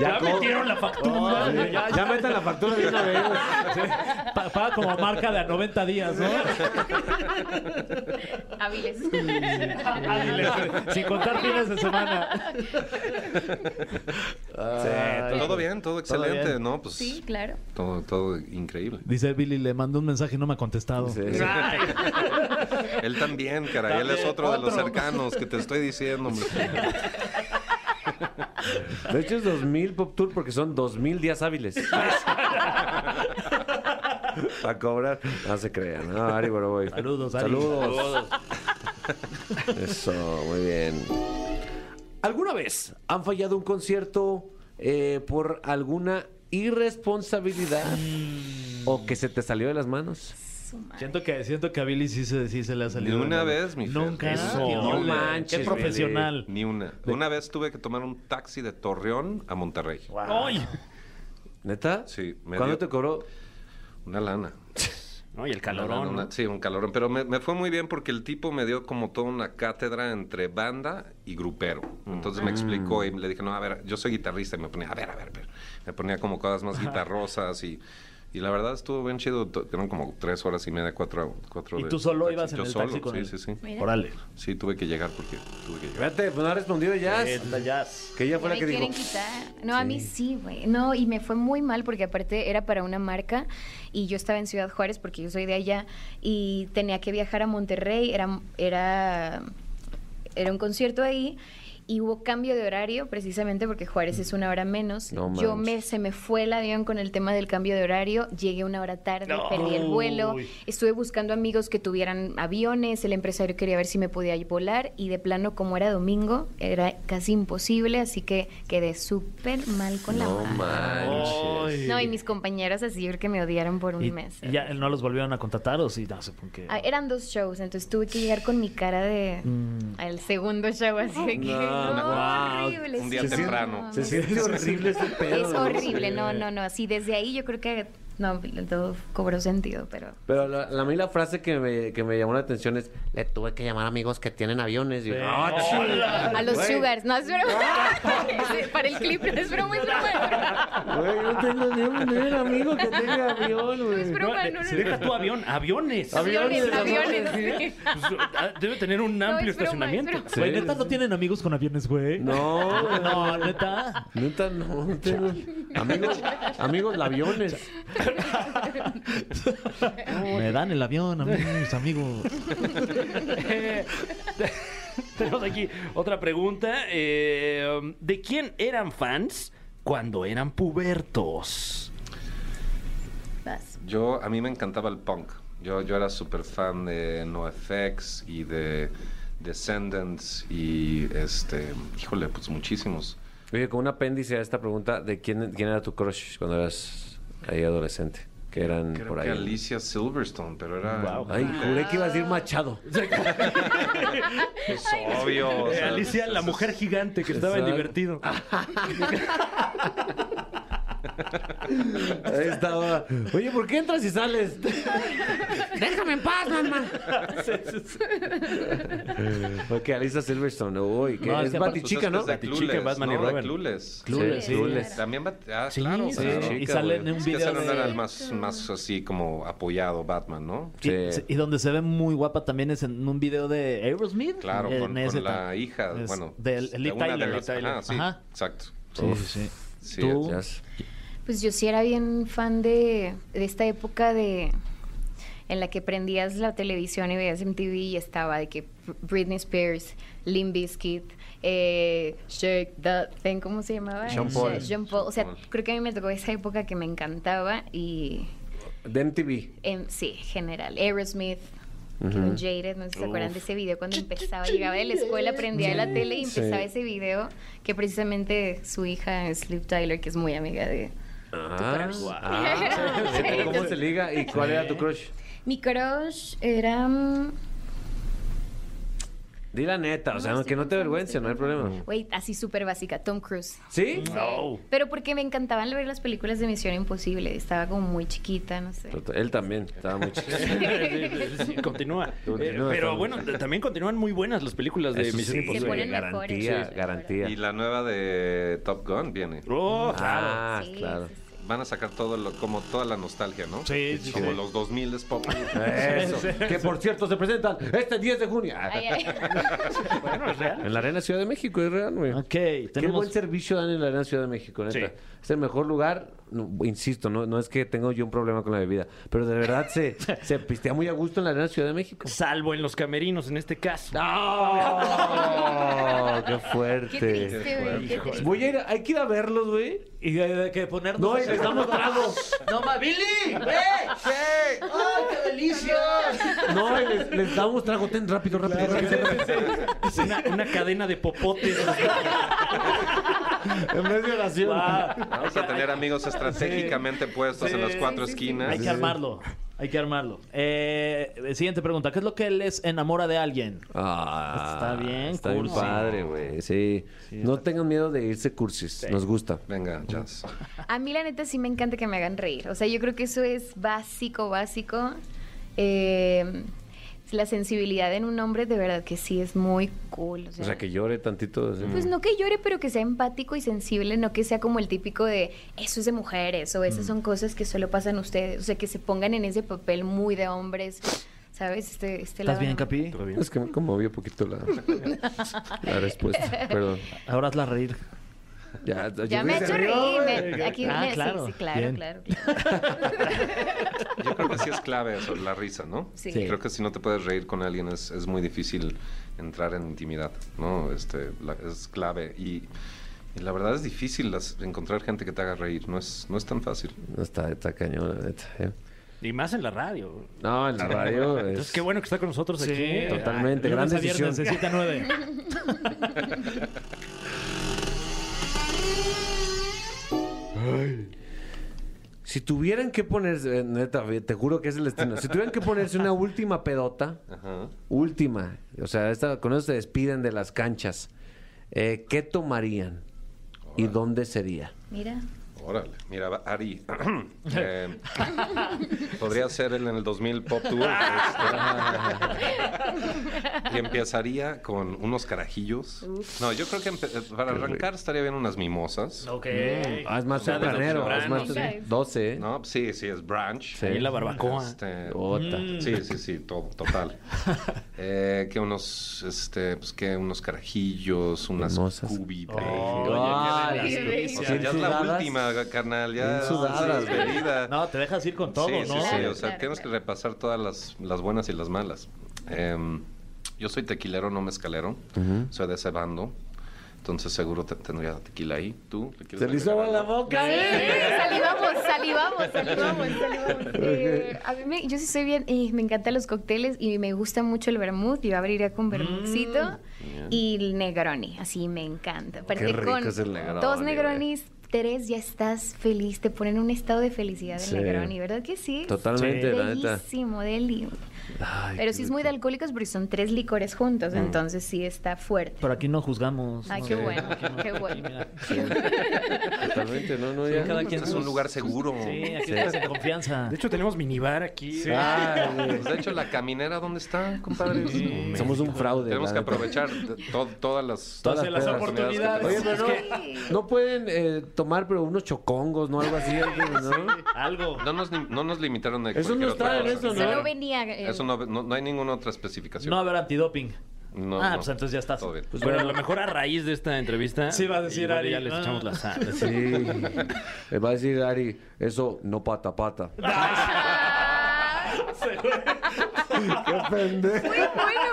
Ya co- metieron la factura. Ay, Ya, ya metan la factura de una vez. Pa- paga como marca de a 90 días, ¿no? Hábiles. Sin contar fines de semana. Todo, bien, todo excelente, bien. ¿no? Pues Sí, claro. todo, todo increíble. Dice Billy, le mandó un mensaje y no me ha contestado. Sí, sí. Ah, Él también, caray. Él es También, otro, de los otro. cercanos que te estoy diciendo. hombre. De hecho es 2000 Pop Tour porque son 2000 días hábiles. Para cobrar. No se crean. No, Ari Boroboy. Saludos, Ari. Saludos. Eso, muy bien. ¿Alguna vez han fallado un concierto eh, por alguna irresponsabilidad Mm. o que se te salió de las manos? Siento que, siento que a Billy sí se, sí se le ha salido. Ni una la- vez, mi Fer. Nunca. Eso. Qué No ole. manches, Qué Billy. profesional. Ni una. Una vez tuve que tomar un taxi de Torreón a Monterrey. Ay. ¿Neta? Sí, me ¿Cuándo dio- te cobró? Una lana. No, y el Una calorón. lana, ¿no? una- sí, un calorón. Pero me, me fue muy bien porque el tipo me dio como toda una cátedra entre banda y grupero. Mm. Entonces me explicó y le dije, no, a ver, yo soy guitarrista. Y me ponía, a ver, a ver, a ver. Me ponía como cosas más guitarrosas y... Y la verdad estuvo bien chido. to- Eran como tres horas y media, cuatro... cuatro ¿Y de tú solo taxi. ibas en Yo el solo, taxi con sí, él? sí, sí. Mira. Órale. Sí, tuve que llegar porque tuve que llegar. Espérate, pues no ha respondido ya. Que ella fue la me que dijo. quieren quitar. No, a mí sí, güey. No, y me fue muy mal porque aparte era para una marca y yo estaba en Ciudad Juárez porque yo soy de allá y tenía que viajar a Monterrey. Era, era, era un concierto ahí. y hubo cambio de horario precisamente porque Juárez es una hora menos. Mm. No manches. Yo me, se me fue el avión con el tema del cambio de horario, llegué una hora tarde, perdí el vuelo, estuve buscando amigos que tuvieran aviones, el empresario quería ver si me podía ir volar y de plano como era domingo era casi imposible, así que quedé súper mal con la No baja. manches. No, y mis compañeros así creo que me odiaron por un ¿Y, mes. y ya no los volvieron a contratar o sí? No sé por qué. Ah, eran dos shows, entonces tuve que llegar con mi cara de Mm. al segundo show así de que No, no, wow. horrible. Un día sí, no, temprano. no, Se no. siente horrible ese pedo. Es ¿no? horrible, no, no, no. Así desde ahí yo creo que no todo cobró sentido, pero Pero la, la- a mí la frase que me, que me llamó la atención es, le tuve que llamar a amigos que tienen aviones. Y yo, "Ah, a los sugars, no es broma. Sí, Para el clip, no es broma, es broma. es broma. Güey, no tengo ni un, ni un amigo que tenga avión, No es güey. broma, de- no, no, se no. deja tu avión, aviones. Aviones, aviones, aviones. sí. Pues, ah, debe tener un No, amplio es broma, es estacionamiento. broma. Sí, Güey, neta, no tienen amigos con aviones, güey. No, güey. no, neta. Neta, no, no tengo amigos, amigos de aviones. Me dan el avión a mis amigos. Eh, Tenemos aquí otra pregunta. eh, ¿De quién eran fans cuando eran pubertos? Vas. Yo, a mí me encantaba el punk. Yo, yo era súper fan de NoFX y de Descendants y este, híjole, pues muchísimos. Oye, con un apéndice a esta pregunta de quién, quién era tu crush cuando eras ahí adolescente, que eran Creo por ahí. que Alicia Silverstone, pero era Ay, juré que iba a decir Machado. pues, obvio. o Eh, sea, Alicia, pues, la es- mujer gigante que estaba en Exacto. divertido. Ahí estaba. Oye, ¿por qué entras y sales? Déjame en paz, mamá. Ok, Alisa Silverstone. Uy, que No, es es que aparte, pues, Batichica, es- ¿no? es de Batichica, Clueless, Batman y ¿no? De Robin. Clueless. Clueless, Sí, sí. Clueless. También Bat- ah, Sí, claro, sí, claro. sí. Y sale en un Es que ese video no era de- el más, más así como apoyado Batman, ¿no? Sí. Y, y donde se ve muy guapa también es en un video de Aerosmith. Claro, En con, ese con la tam- hija, es bueno, del- de Lee una de Tyler. las- Lee Tyler. ajá, sí, Ajá. exacto. Sí, sí, sí. Sí, Tú- Ya es- Pues yo sí era bien fan de, de esta época de en la que prendías la televisión y veías MTV y estaba de que Britney Spears, Limp Bizkit, eh, Shake That Thing, ¿cómo se llamaba? Sean Paul. Sh- Sean Paul. O sea, Sean Paul. creo que a mí me tocó esa época que me encantaba y De MTV. em, sí, general. Aerosmith. Con Jaded, no sé si se acuerdan de ese video cuando empezaba, llegaba de la escuela, prendía la tele y empezaba Sí. ese video que precisamente su hija es Liv Tyler, que es muy amiga de, Ah, crush. ah. Sí. ¿Cómo se liga? ¿Y cuál era tu crush? Mi crush era. mm, Di la neta, o sea, no- que no te avergüences, no hay problema. Güey, así súper básica, Tom Cruise. ¿Sí? No. Pero porque me encantaban ver las películas de Misión Imposible. Estaba como muy chiquita, no sé. Él también, estaba muy chido. Sí, Continúa. Eh, Continúa, pero está bueno, t- también continúan muy buenas las películas de Eso Misión sí, Se Imposible. ponen mejores, garantía, sí, sí. garantía. Y la nueva de Top Gun viene. Oh, Ah, Sí, claro. sí, sí. Van a sacar todo lo- como toda la nostalgia, ¿no? Sí, sí, Como sí. los 2000 es pop. Eso, que por cierto se presentan este 10 de junio. Ay, ay. bueno, es real. En la Arena Ciudad de México, es real, güey. Ok, Qué tenemos- buen servicio dan en la Arena Ciudad de México, neta. Sí. Es el mejor lugar, no, insisto, no, no es que tengo yo un problema con la bebida, pero de verdad se, se pistea muy a gusto en la Arena Ciudad de México. Salvo en los camerinos en este caso. ¡No! Oh, ¡Qué fuerte! Qué triste, güey. qué triste. Voy a ir, hay que ir a verlos, güey. Y de, de que ponernos. No, y así les damos como- tragos. ¡No, ma, Billy! ¡Ve! ¡Ay, qué delicia! No, y les, les damos trago, ten rápido, rápido. rápido. Es una, una cadena de popotes. En vez de oración. Vamos a tener amigos estratégicamente puestos en las cuatro esquinas. Hay que armarlo. Hay que armarlo. Eh, siguiente pregunta. ¿Qué es lo que les enamora de alguien? Ah, Está bien, está bien cursi. padre, güey. Sí. No tengan miedo de irse cursis. Nos gusta. Venga, Jazz. A mí, la neta, sí me encanta que me hagan reír. O sea, yo creo que eso es básico, básico. Eh, la sensibilidad en un hombre, de verdad que sí es muy cool. O sea, que llore tantito. así. Mm. Pues no que llore, pero que sea empático y sensible, no que sea como el típico de eso es de mujeres o Mm. esas son cosas que solo pasan ustedes. O sea, que se pongan en ese papel muy de hombres, ¿sabes? Este, este ¿Estás lado bien, no. Capi? Es que me conmovió un poquito la, la respuesta. Perdón. Ahora hazla reír. Ya, yo Ya me ha dije- hecho reír. me- aquí pues, Ah, me- sí, claro. sí, claro, Bien. claro, claro. Yo creo que sí es clave eso, la risa, ¿no? Sí. Creo que si no te puedes reír con alguien es, es muy difícil entrar en intimidad, ¿no? Este, la- es clave y, y la verdad es difícil las- encontrar gente que te haga reír, no es, no es tan fácil. Está, está cañón, la neta, ¿eh? Y más en la radio. No, el radio es... Entonces, qué bueno que está con nosotros Sí. aquí. Totalmente, gran Lunes a decisión. viernes de 7 a 9. Si tuvieran que ponerse, eh, neta, te juro que es el destino. Si tuvieran que ponerse una última pedota, Ajá. última, o sea, esta- con eso se despiden de las canchas, eh, ¿qué tomarían? ¿Y dónde sería? Mira. Órale, mira, va- Ari, eh, podría ser el en el 2000 Pop Tour. este, y empezaría con unos carajillos. No, yo creo que empe- eh, para arrancar estaría bien unas mimosas. Ok. Ah, es más Son de los tempranero, es más tempranos. 12, ¿eh? No, sí, sí, es brunch. Sí. Ahí en la barbacoa. Este, Ota. Sí, sí, sí, todo, total. Eh, que unos, este, pues que unos carajillos, unas Mimosas. cubi Ah, baby. las- Oye, baby. o sea, ya es la Bien sudadas. última, carnal, ya Bien sudadas. las bebidas. No, te dejas ir con todo, sí, ¿no? Sí, sí, Claro, o sea, claro, tienes que claro. repasar todas las, las buenas y las malas. Em, yo soy tequilero, no mezcalero. Soy de ese bando. Entonces seguro te- tendría tequila ahí. ¿Tú? ¿Le quieres Se le hizo agua agregar en la algo? boca. Salivamos, salivamos, salivamos, salivamos. Eh, a mí me- yo sí soy bien, eh, me encantan los cócteles y me gusta mucho el vermut. Yo abriría Mm, con vermutcito y el negroni, así me encanta. Aparte rico con es el Negroni, dos güey. negronis, tres ya estás feliz, te ponen en un estado de felicidad el Sí. negroni, ¿verdad que sí? Totalmente, la neta. Delísimo, deli. Ay, Mm. Pero sí es muy de alcohólicos porque son tres licores juntos, entonces sí está fuerte. Pero aquí no juzgamos. Ay, ¿no? qué Sí. bueno, Aquí no- qué aquí, bueno. mira. Totalmente, no, no, Sí, ya. cada Este quien es un sus- lugar seguro. Sí, aquí estás en confianza. De hecho, tenemos minibar aquí. Ah, pues, de hecho, la caminera, ¿dónde está, compadre? Somos un fraude. Tenemos la que neta. aprovechar de- to- todas las, Todas las que Oye, tenemos. pero no, no pueden eh, tomar, pero unos chocongos, ¿no? Algo así, ¿no? Algo. No nos, lim- no nos limitaron de Eso cualquier no otra está en cosa. eso, Solo venía. eh, Eso no, no- no hay ninguna otra No va a especificación. haber antidoping. No, ah, no. pues entonces ya estás. Todo bien. Pues bueno, a lo mejor a raíz de esta entrevista. Sí, va a decir igual Ari, Ya les ah. echamos la sal. Sí. Le va a decir Ari, eso no pata pata. ¡Qué pendejo! Muy bueno,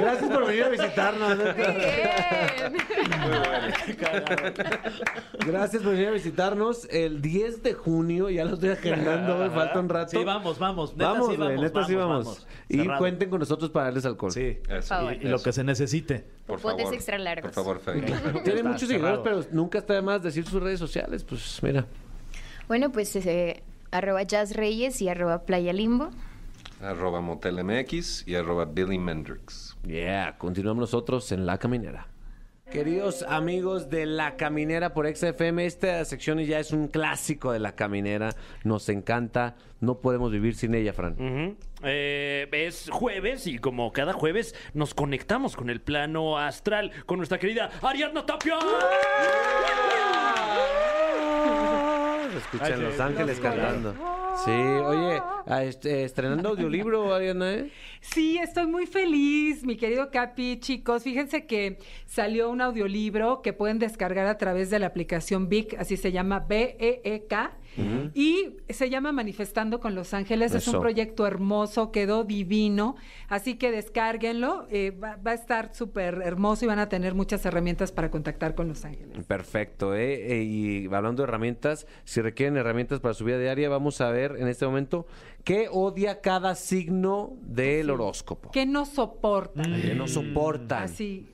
Gracias por venir a visitarnos. neta. bien. Gracias por venir a visitarnos. El 10 de junio, ya lo estoy agendando, me falta un rato. Sí, vamos, vamos. Neta, Vamos, sí, güey, vamos. neta sí vamos. Y Cerrado. cuenten con nosotros para darles alcohol. Sí. Eso, favor. Y lo que se necesite. Por Popotes favor. extra largos. Por favor, Fede. Tienen Está muchos cerrado. seguidores, pero nunca está de más decir sus redes sociales. Pues mira. Bueno, pues eh, arroba jazzreyes y arroba playa limbo. arroba Motel MX y arroba Billy Mendrix. Yeah, continuamos nosotros en La Caminera. Queridos amigos de La Caminera por XFM, esta sección ya es un clásico de La Caminera. Nos encanta, no podemos vivir sin ella, Fran. Ujú. Eh, es jueves y como cada jueves nos conectamos con el plano astral con nuestra querida Ariadna Tapia. Se escucha en Ah, Los Ángeles cantando. Sí, oye, a est- eh, estrenando audiolibro, Ariana, ¿eh? Sí, estoy muy feliz, mi querido Capi, chicos. Fíjense que salió un audiolibro que pueden descargar a través de la aplicación BIC, así se llama B-E-E-K, y se llama Manifestando con Los Ángeles. Es Eso. un proyecto hermoso, quedó divino, así que descárguenlo, eh, va, va a estar súper hermoso y van a tener muchas herramientas para contactar con Los Ángeles. Perfecto, ¿eh? Eh, Y hablando de herramientas, si requieren herramientas para su vida diaria, vamos a ver en este momento qué odia cada signo del horóscopo. Que no soportan, Que no soportan. así,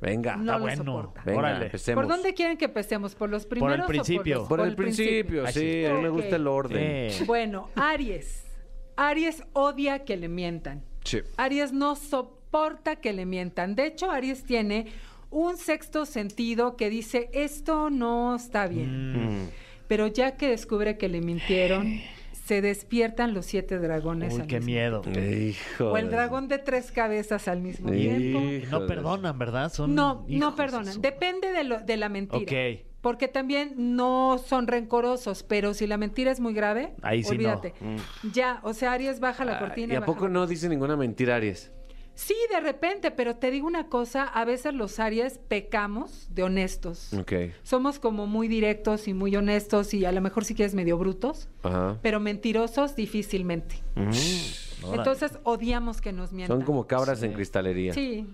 Venga. no lo bueno. soportan. Venga, Órale. empecemos. ¿Por dónde quieren que empecemos? ¿Por los el primeros o principio. los- Por el principio, Ay, sí. sí. A mí me gusta Ok. el orden. Sí. Bueno, Aries. Aries odia que le mientan. Aries no soporta que le mientan. De hecho, Aries tiene un sexto sentido que dice, esto no está bien. Pero ya que descubre que le mintieron, se despiertan los siete dragones. Uy, al qué mismo- miedo. Eh, Hijo. O el de- dragón de tres cabezas al mismo Sí. tiempo. Y No perdonan, ¿verdad? Son No, hijos no perdonan. su- Depende de, lo- de la mentira. Ok. Porque también no son rencorosos, pero si la mentira es muy grave, Ahí sí no. olvídate. Ya, o sea, Aries Mm. baja la cortina. ¿Y a baja poco la- no dice ninguna mentira, Aries? Sí, de repente, pero te digo una cosa, a veces los Aries pecamos de honestos. Ok. Somos como muy directos y muy honestos y a lo mejor si quieres medio brutos, Ajá. pero mentirosos difícilmente. Órale. Entonces odiamos que nos mientan. Son como cabras en cristalería. Sí.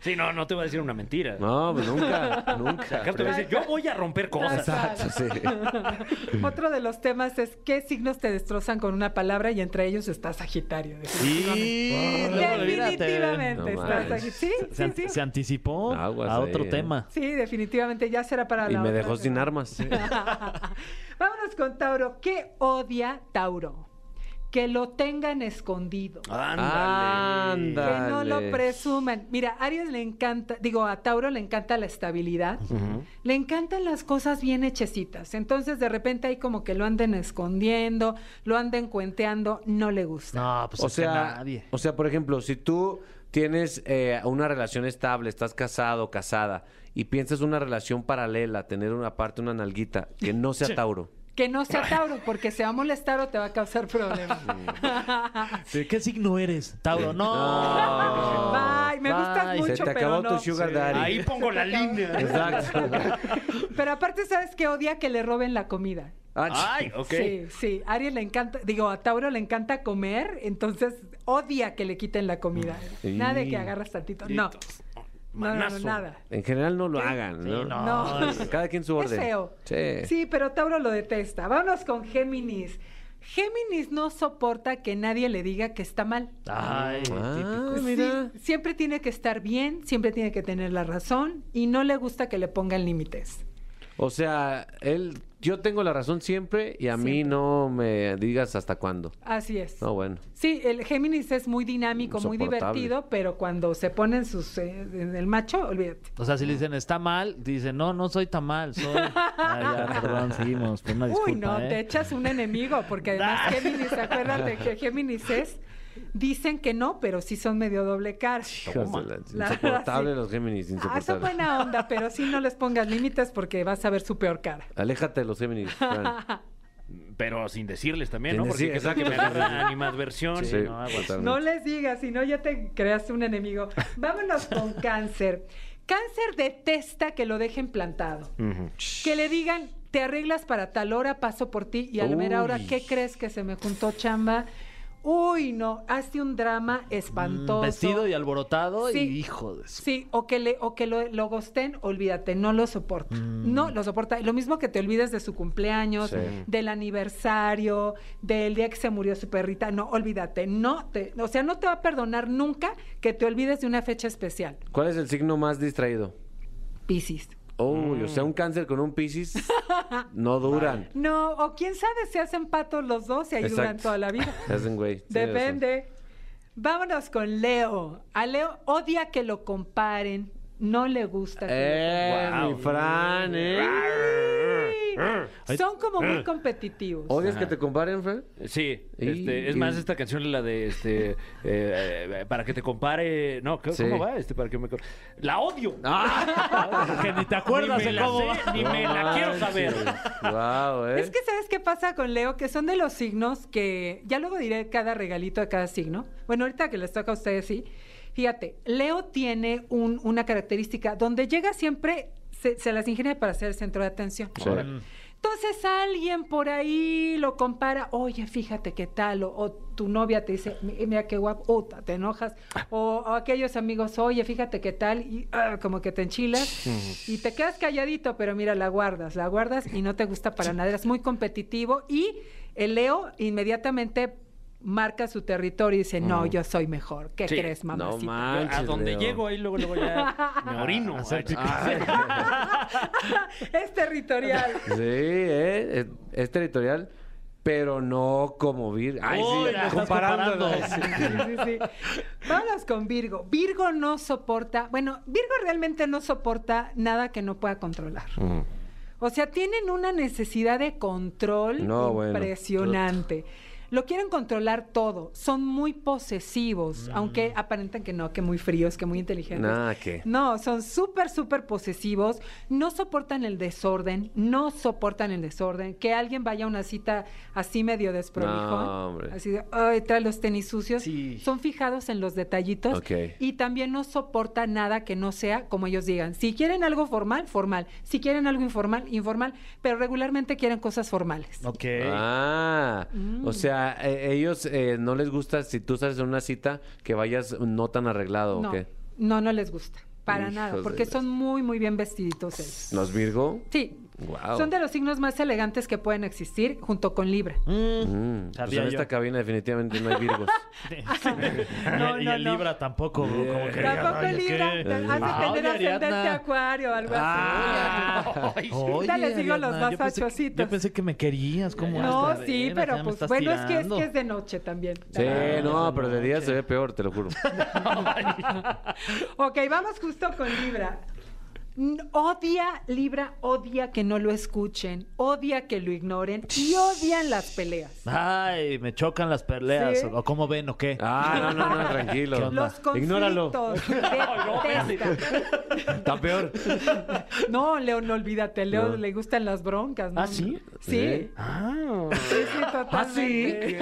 Sí, no, no te va a decir una mentira. No, pues nunca, nunca. Acá te va a decir, yo voy a romper cosas. Exacto, sí. Otro de los temas es qué signos te destrozan con una palabra y entre ellos está Sagitario. Sí, luego olvídate. Definitivamente ¿eh? No está manches. Sagitario. Sí, Se, sí, sí. se anticipó Aguas a otro ahí, eh. tema. Sí, definitivamente ya será para Y la me otra dejó sin semana. armas. Vámonos con Tauro. ¿Qué odia Tauro? Que lo tengan escondido. Ándale. Que no lo Ándale. presuman. Mira, a Aries le encanta, digo, a Tauro le encanta la estabilidad, le encantan las cosas bien hechecitas. Entonces, de repente hay como que lo anden escondiendo, lo anden cuenteando, no le gusta. No, pues O es que a sea, nadie. o sea, por ejemplo, si tú tienes eh, una relación estable, estás casado, casada, y piensas una relación paralela, tener una parte, una nalguita, que no sea Tauro. Que no sea Tauro, porque se va a molestar o te va a causar problemas. ah, ¿De qué signo eres, Tauro? No. Eh, No. Bye, me gustas Bye. mucho, Se te pero acabó no. tu sugar daddy. Ahí pongo la línea. Exacto. Pero aparte, ¿sabes qué odia? Que le roben la comida. Ah, Ay, ok. Sí, sí. A Aries le encanta, digo, a Tauro le encanta comer, entonces odia que le quiten la comida. Sí. Nada de que agarras tantito. No. No, no, no, Manazo. nada. en general no lo hagan, ¿no? No. Cada quien su Es orden. feo. Sí. Sí, pero Tauro lo detesta. Vámonos con Géminis. Géminis no soporta que nadie le diga que está mal. Ay, Ah, Sí, mira. siempre tiene que estar bien, siempre tiene que tener la razón y no le gusta que le pongan límites. O sea, él, yo tengo la razón siempre y a mí Siempre. no me digas hasta cuándo. Así es. No, bueno. Sí, el Géminis es muy dinámico, muy Insoportable. divertido, pero cuando se pone en, sus, eh, en el macho, olvídate. O sea, si le dicen está mal, dicen no, no soy tan mal, soy. Ay, ya, perdón, seguimos. Pues una disculpa, Uy, no, ¿eh? te echas un enemigo, porque además Géminis, acuérdate que Géminis es, dicen que no, pero sí son medio doble cara. Hijos de la- La- Insoportable sí. los Géminis, Ah, son insoportable. buena onda, pero sí no les pongas límites porque vas a ver su peor cara. Aléjate de los Géminis. Fran. Pero sin decirles también, ¿no? Sin Porque decir- qué tal que me exacto. agarra animadversión. pues, Sí, no, aguas. totalmente. No les digas, si no ya te creas un enemigo. Vámonos con cáncer. Cáncer detesta que lo dejen plantado. Que le digan, te arreglas para tal hora, paso por ti y a la mera hora, Uy. ¿qué crees que se me juntó chamba? Uy, no, hazte un drama espantoso. Mm, Vestido y alborotado Sí. y hijo de su- Sí, o que, le, o que lo, lo gosten, olvídate, no lo soporta. Mm. No lo soporta. Lo mismo que te olvides de su cumpleaños, Sí. del aniversario, del día que se murió su perrita. No, olvídate. No te, o sea, no te va a perdonar nunca que te olvides de una fecha especial. ¿Cuál es el signo más distraído? Piscis. Uy, o sea, un cáncer con un piscis no duran. No, o quién sabe si hacen patos los dos y ayudan Exacto. toda la vida. Se hacen güey. Sí, Depende. Vámonos con Leo. A Leo odia que lo comparen. No le gusta. o sea. que lo Eh, mi Fran, eh. Sí. Son como muy competitivos. ¿Odias que te comparen, Fran? Sí, Y- este, es y- más esta canción la de este eh, eh, para que te compare, no, ¿cómo, Sí. Ah. cómo va? Este para que me co- la odio. Que ni te acuerdas Ni me de la cómo sé, va. ni me la quiero saber. Wow, eh. Es que sabes qué pasa con Leo, que son de los signos que ya luego diré cada regalito de cada signo. Bueno, ahorita que les toca a ustedes sí. Fíjate, Leo tiene un- una característica donde llega siempre se, se las ingenia para ser el centro de atención. Sí. Entonces alguien por ahí lo compara, oye, fíjate qué tal, o, o tu novia te dice, "Mi- mira qué guapo, puta, te enojas, o, o aquellos amigos, oye, fíjate qué tal, y ah, como que te enchilas, y te quedas calladito, pero mira, la guardas, la guardas y no te gusta para nada, es muy competitivo, y el Leo inmediatamente marca su territorio y dice, no, yo soy mejor, ¿qué Sí. crees, No mamacita? manches. Ah, a donde Leo. llego ahí luego luego ya me Ah, orino. es territorial. Sí, eh. Es, es territorial, pero no como Vir. Ay, Uy, sí, la estás comparándolo. comparando. Sí, sí, sí. Vámonos con Virgo. Virgo no soporta, bueno, Virgo realmente no soporta nada que no pueda controlar. O sea, tienen una necesidad de control No, bueno. impresionante. Lo quieren controlar todo. Son muy posesivos, aunque aparentan que no, que muy fríos, que muy inteligentes. Nada que. No, son súper, súper posesivos, no soportan el desorden, no soportan el desorden. Que alguien vaya a una cita así medio desprolijo, No, hombre. así de, ay, trae los tenis sucios. Sí. Son fijados en los detallitos Ok. y también no soporta nada que no sea como ellos digan. Si quieren algo formal, formal. Si quieren algo informal, informal. Pero regularmente quieren cosas formales. Ok. Ah, Mm. o sea, eh, ellos eh, no les gusta si tú sales en una cita que vayas no tan arreglado o no, qué. no, no les gusta. Para Hijos nada, de porque la- son muy, muy bien vestiditos ellos. ¿Los Virgo? Sí. Guau. Son de los signos más elegantes que pueden existir junto con Libra. Mm, pues Sabía en yo. esta cabina definitivamente no hay Virgos. No, y no, el no. Libra tampoco. como que digas, Tampoco "Ay, Libra. Has ¿qué?". Ay, de tener ascendente Ariadna. acuario o algo así. Ah, Ahorita les digo los más yo pensé que- fachositos. Yo pensé que me querías, como No, sí, pero pues bueno, es que, es que es de noche también. Sí, no, Ah, esa pero de día noche. se ve peor, te lo juro. Ok, vamos justo con Libra. N- Odia, Libra, odia que no lo escuchen, odia que lo ignoren y odian las peleas. Ay, me chocan las peleas. Sí. ¿O cómo ven o qué? Ah, no, no, no, tranquilo. ¿Qué onda? Los conflictos. Ignóralo. detestan. Está peor. No, León, no, olvídate. Leo No. le gustan las broncas. ¿no? ¿Ah, sí? Sí. ¿Eh? Ah. Sí, sí, totalmente.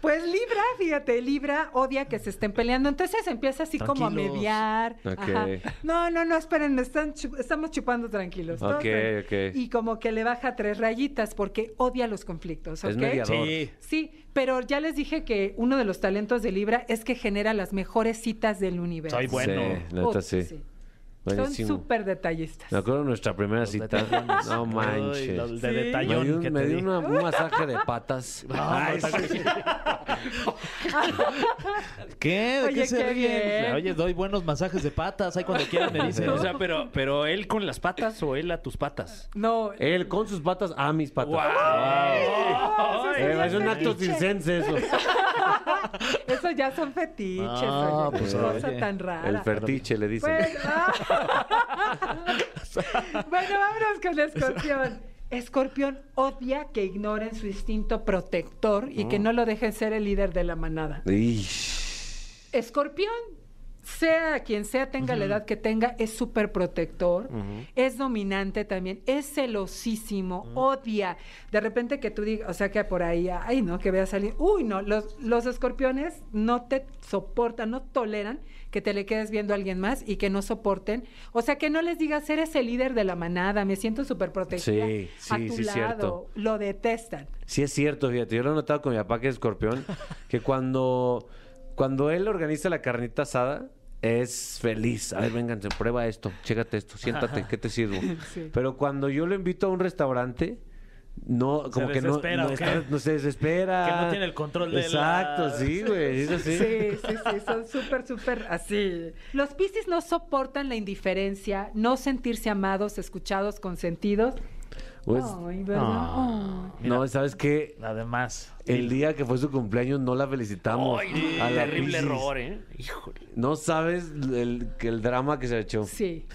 pues Libra, fíjate, Libra odia que se estén peleando. Entonces empieza así como a Tranquilos. mediar. Ok. Ajá. No, no, no, esperen, están chu- estamos chupando tranquilos. todos Ok, tranquilos. ok. Y como que le baja tres rayitas porque odia los conflictos, ¿ok? Es mediador. Sí. Sí, pero ya les dije que uno de los talentos de Libra es que genera las mejores citas del universo. Soy bueno. Sí, neta, Puta, sí. sí. Son Buenísimo. súper detallistas. Me acuerdo de nuestra primera cita. No Ay, manches. lo- de Sí. Me detallón dio, que me te dio di. una- un masaje de patas. Ay, sí. ¿Qué? ¿De Oye, qué se qué ríen? bien. Oye, doy buenos masajes de patas. Ahí cuando quieran me dicen. O sea, pero, pero él con las patas o él a tus patas. No, Él con sus patas a mis patas. no, eso Eh, ya es un fetiche. acto circense eso. Eso ya son fetiches, Ah, oye, pues, cosa oye. tan rara. El fertiche le dicen. Bueno, bueno, vámonos con Escorpión. Escorpión odia que ignoren su instinto protector y que no lo dejen ser el líder de la manada. Ish. Escorpión, sea quien sea, tenga la edad que tenga, es súper protector, es dominante también, es celosísimo, odia. De repente que tú digas, o sea, que por ahí, ay, no, que veas a alguien. Uy, no, los, los escorpiones no te soportan, no toleran que te le quedes viendo a alguien más y que no soporten. O sea, que no les digas, eres el líder de la manada, me siento súper protegida. Sí, a sí, tu sí, lado, cierto. lo detestan. Sí es cierto, fíjate, yo lo he notado con mi papá que es escorpión, que cuando, cuando él organiza la carnita asada, es feliz. A ver, vénganse, prueba esto, chécate esto, siéntate, ¿qué te sirvo? Sí. Pero cuando yo lo invito a un restaurante, no, como que no, desespera, no, ¿o está- qué? no se desespera. Que no tiene el control de la- Ah. Exacto, sí, güey, es así. Sí, sí, sí, son súper, súper así. Los Piscis no soportan la indiferencia, no sentirse amados, escuchados, consentidos. Pues, Ay, ¿verdad? Ah. Ay. no, ¿sabes qué? Además. El día que fue su cumpleaños no la felicitamos. Ay, a la terrible Piscis. error, ¿eh? Híjole. No sabes el, que el drama que se echó. Sí.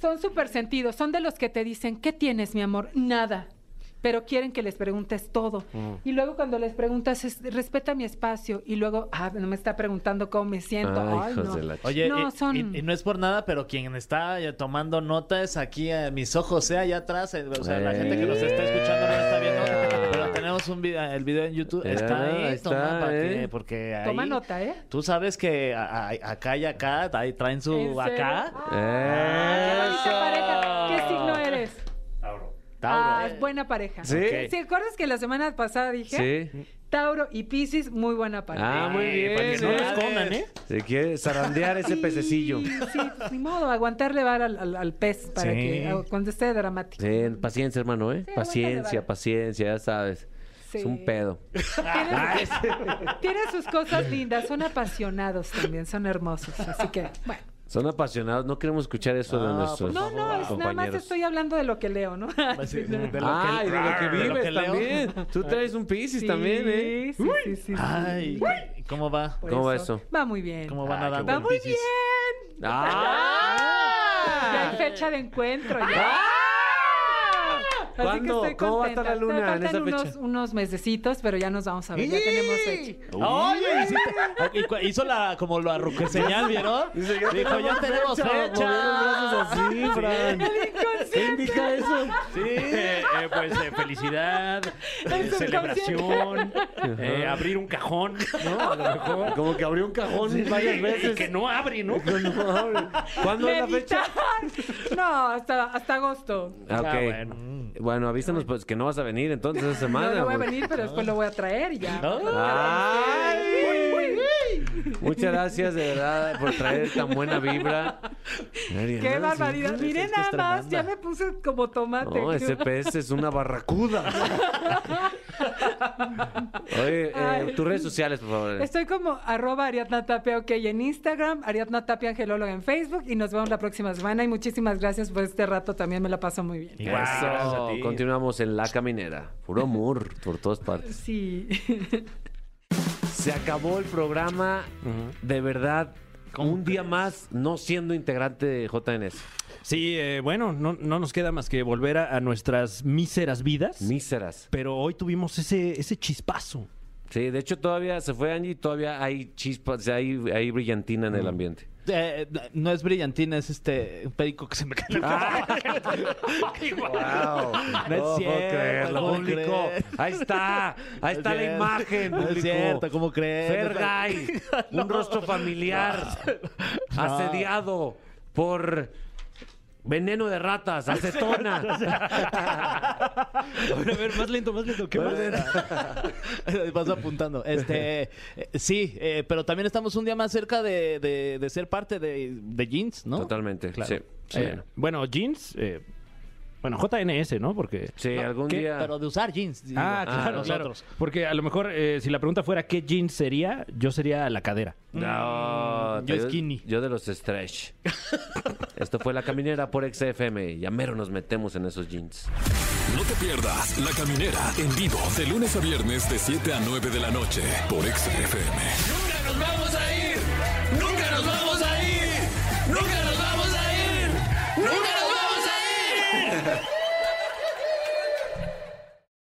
Son súper sentidos, son de los que te dicen, ¿qué tienes, mi amor? Nada. Pero quieren que les preguntes todo. Mm. Y luego cuando les preguntas, es, respeta mi espacio. Y luego, ah, no me está preguntando cómo me siento. Ay, Ay, hijos no. de la ch- Oye, No, y, son- y- y no es por nada, pero quien está eh, tomando nota es aquí a mis ojos, sea allá atrás. eh, o sea, la gente que nos está escuchando no lo está viendo, pero tenemos un video, el video en YouTube. Eh, Está ahí, ahí está, toma, para eh. que- porque ahí- Toma nota, ¿eh? Tú sabes que a- a- acá y acá, ahí traen su ¿En serio? Ah, acá. Qué ¡Eh! bonita pareja. ¿Qué signo eres? Tauro. Ah, es buena pareja. ¿Sí? ¿Sí acuerdas que la semana pasada dije? Sí. Tauro y Piscis, muy buena pareja. Ah, muy bien. para que no ¿eh? nos coman, ¿eh? Se quiere zarandear ese Sí, pececillo. Sí, pues, ni modo, aguantarle va al, al- al pez para Sí. que ah, cuando esté dramático. Sí, paciencia, hermano, ¿eh? Sí, aguántale, paciencia, vale. paciencia, ya sabes. Sí. Es un pedo. Tiene, Ah, tiene sus cosas lindas, son apasionados también, son hermosos. Así que, bueno. Son apasionados, no queremos escuchar eso de Ah, nuestros por pues No, no, es nada más compañeros. estoy hablando de lo que leo, ¿no? Sí, de lo que- Ah, y de lo que de lo vives que leo. Ah. también. Tú traes un piscis también, ¿eh? Sí, sí, sí, sí, sí. Ay, ¿cómo va? Pues, Por ¿Cómo va eso? Va muy bien. ¿Cómo va nadando? Va el muy Piscis? bien. ¡Ah! Ya hay fecha de encuentro. ya. Así que ¡Ah! ¿Cuándo? estoy ¿Cómo va a contenta. estar la luna Me en faltan esa fecha? unos, unos mesecitos, pero ya nos vamos a ver. Ya tenemos fecha. Oye, hiciste- y cu- hizo la como la señal, ¿vieron? Dijo, ya tenemos fecha. así, Fran. ¿Qué indica eso? Eh, eh, pues eh, felicidad, eh, subconsciente. celebración, eh, abrir un cajón, ¿no? A lo mejor. Como que abrió un cajón varias Y veces. que no abre, ¿no? No, abre. ¿Cuándo es la fecha? Meditar. No, hasta, hasta agosto. Ah, Ah, ok. bueno. bueno. avísanos pues que no vas a venir entonces esa semana. pues. No, no voy a porque- venir, pero después lo voy a traer y ya. ¡Ay! Muchas gracias de verdad por traer tan buena vibra. ¡Qué barbaridad! Miren es que es nada más, ya tremenda. me puse como tomate. No, ese pez es una barracuda. Oye, eh, Ay. tus redes sociales, por favor. Estoy como arroba Ariadna Tapia OK en Instagram, Ariadna Tapia Angelóloga en Facebook y nos vemos la próxima semana y muchísimas gracias por este rato, también me la paso muy bien. Igual, gracias a ti. Continuamos en La Caminera. Puro amor por todas partes. Sí. Se acabó el programa. De verdad, un día más no siendo integrante de JNS. Sí, eh, bueno, no, no nos queda más que volver a, a nuestras míseras vidas. Míseras. pero hoy tuvimos ese, ese chispazo. Sí, de hecho todavía se fue Angie y todavía hay chispas, hay, hay brillantina en el ambiente. Eh, no es brillantina, es este un perico que se me cayó. Ah. Wow. No es cierto, ¿cómo público. crees? Ahí está. Ahí está la imagen. No público. es cierto, ¿cómo crees? Fergay, un rostro familiar asediado por veneno de ratas, acetona. A ver, a ver, más lento, más lento. ¿Qué más Vas apuntando. Este, eh, sí, eh, pero también estamos un día más cerca de, de- de ser parte de, de Jeans, ¿no? Totalmente, Claro. sí. Sí, Eh, bueno, jeans, eh, bueno, JNS, ¿no? Porque... Sí, algún ¿Qué? día. Pero de usar jeans. digo, Ah, claro, claro. nosotros. Porque a lo mejor eh, si la pregunta fuera qué jeans sería, yo sería la cadera. No, Mm, te- yo skinny. Yo de los stretch. Esto fue La Caminera por XFM. Ya mero nos metemos en esos jeans. No te pierdas La Caminera en vivo de lunes a viernes de 7 a 9 de la noche por XFM. nos vamos a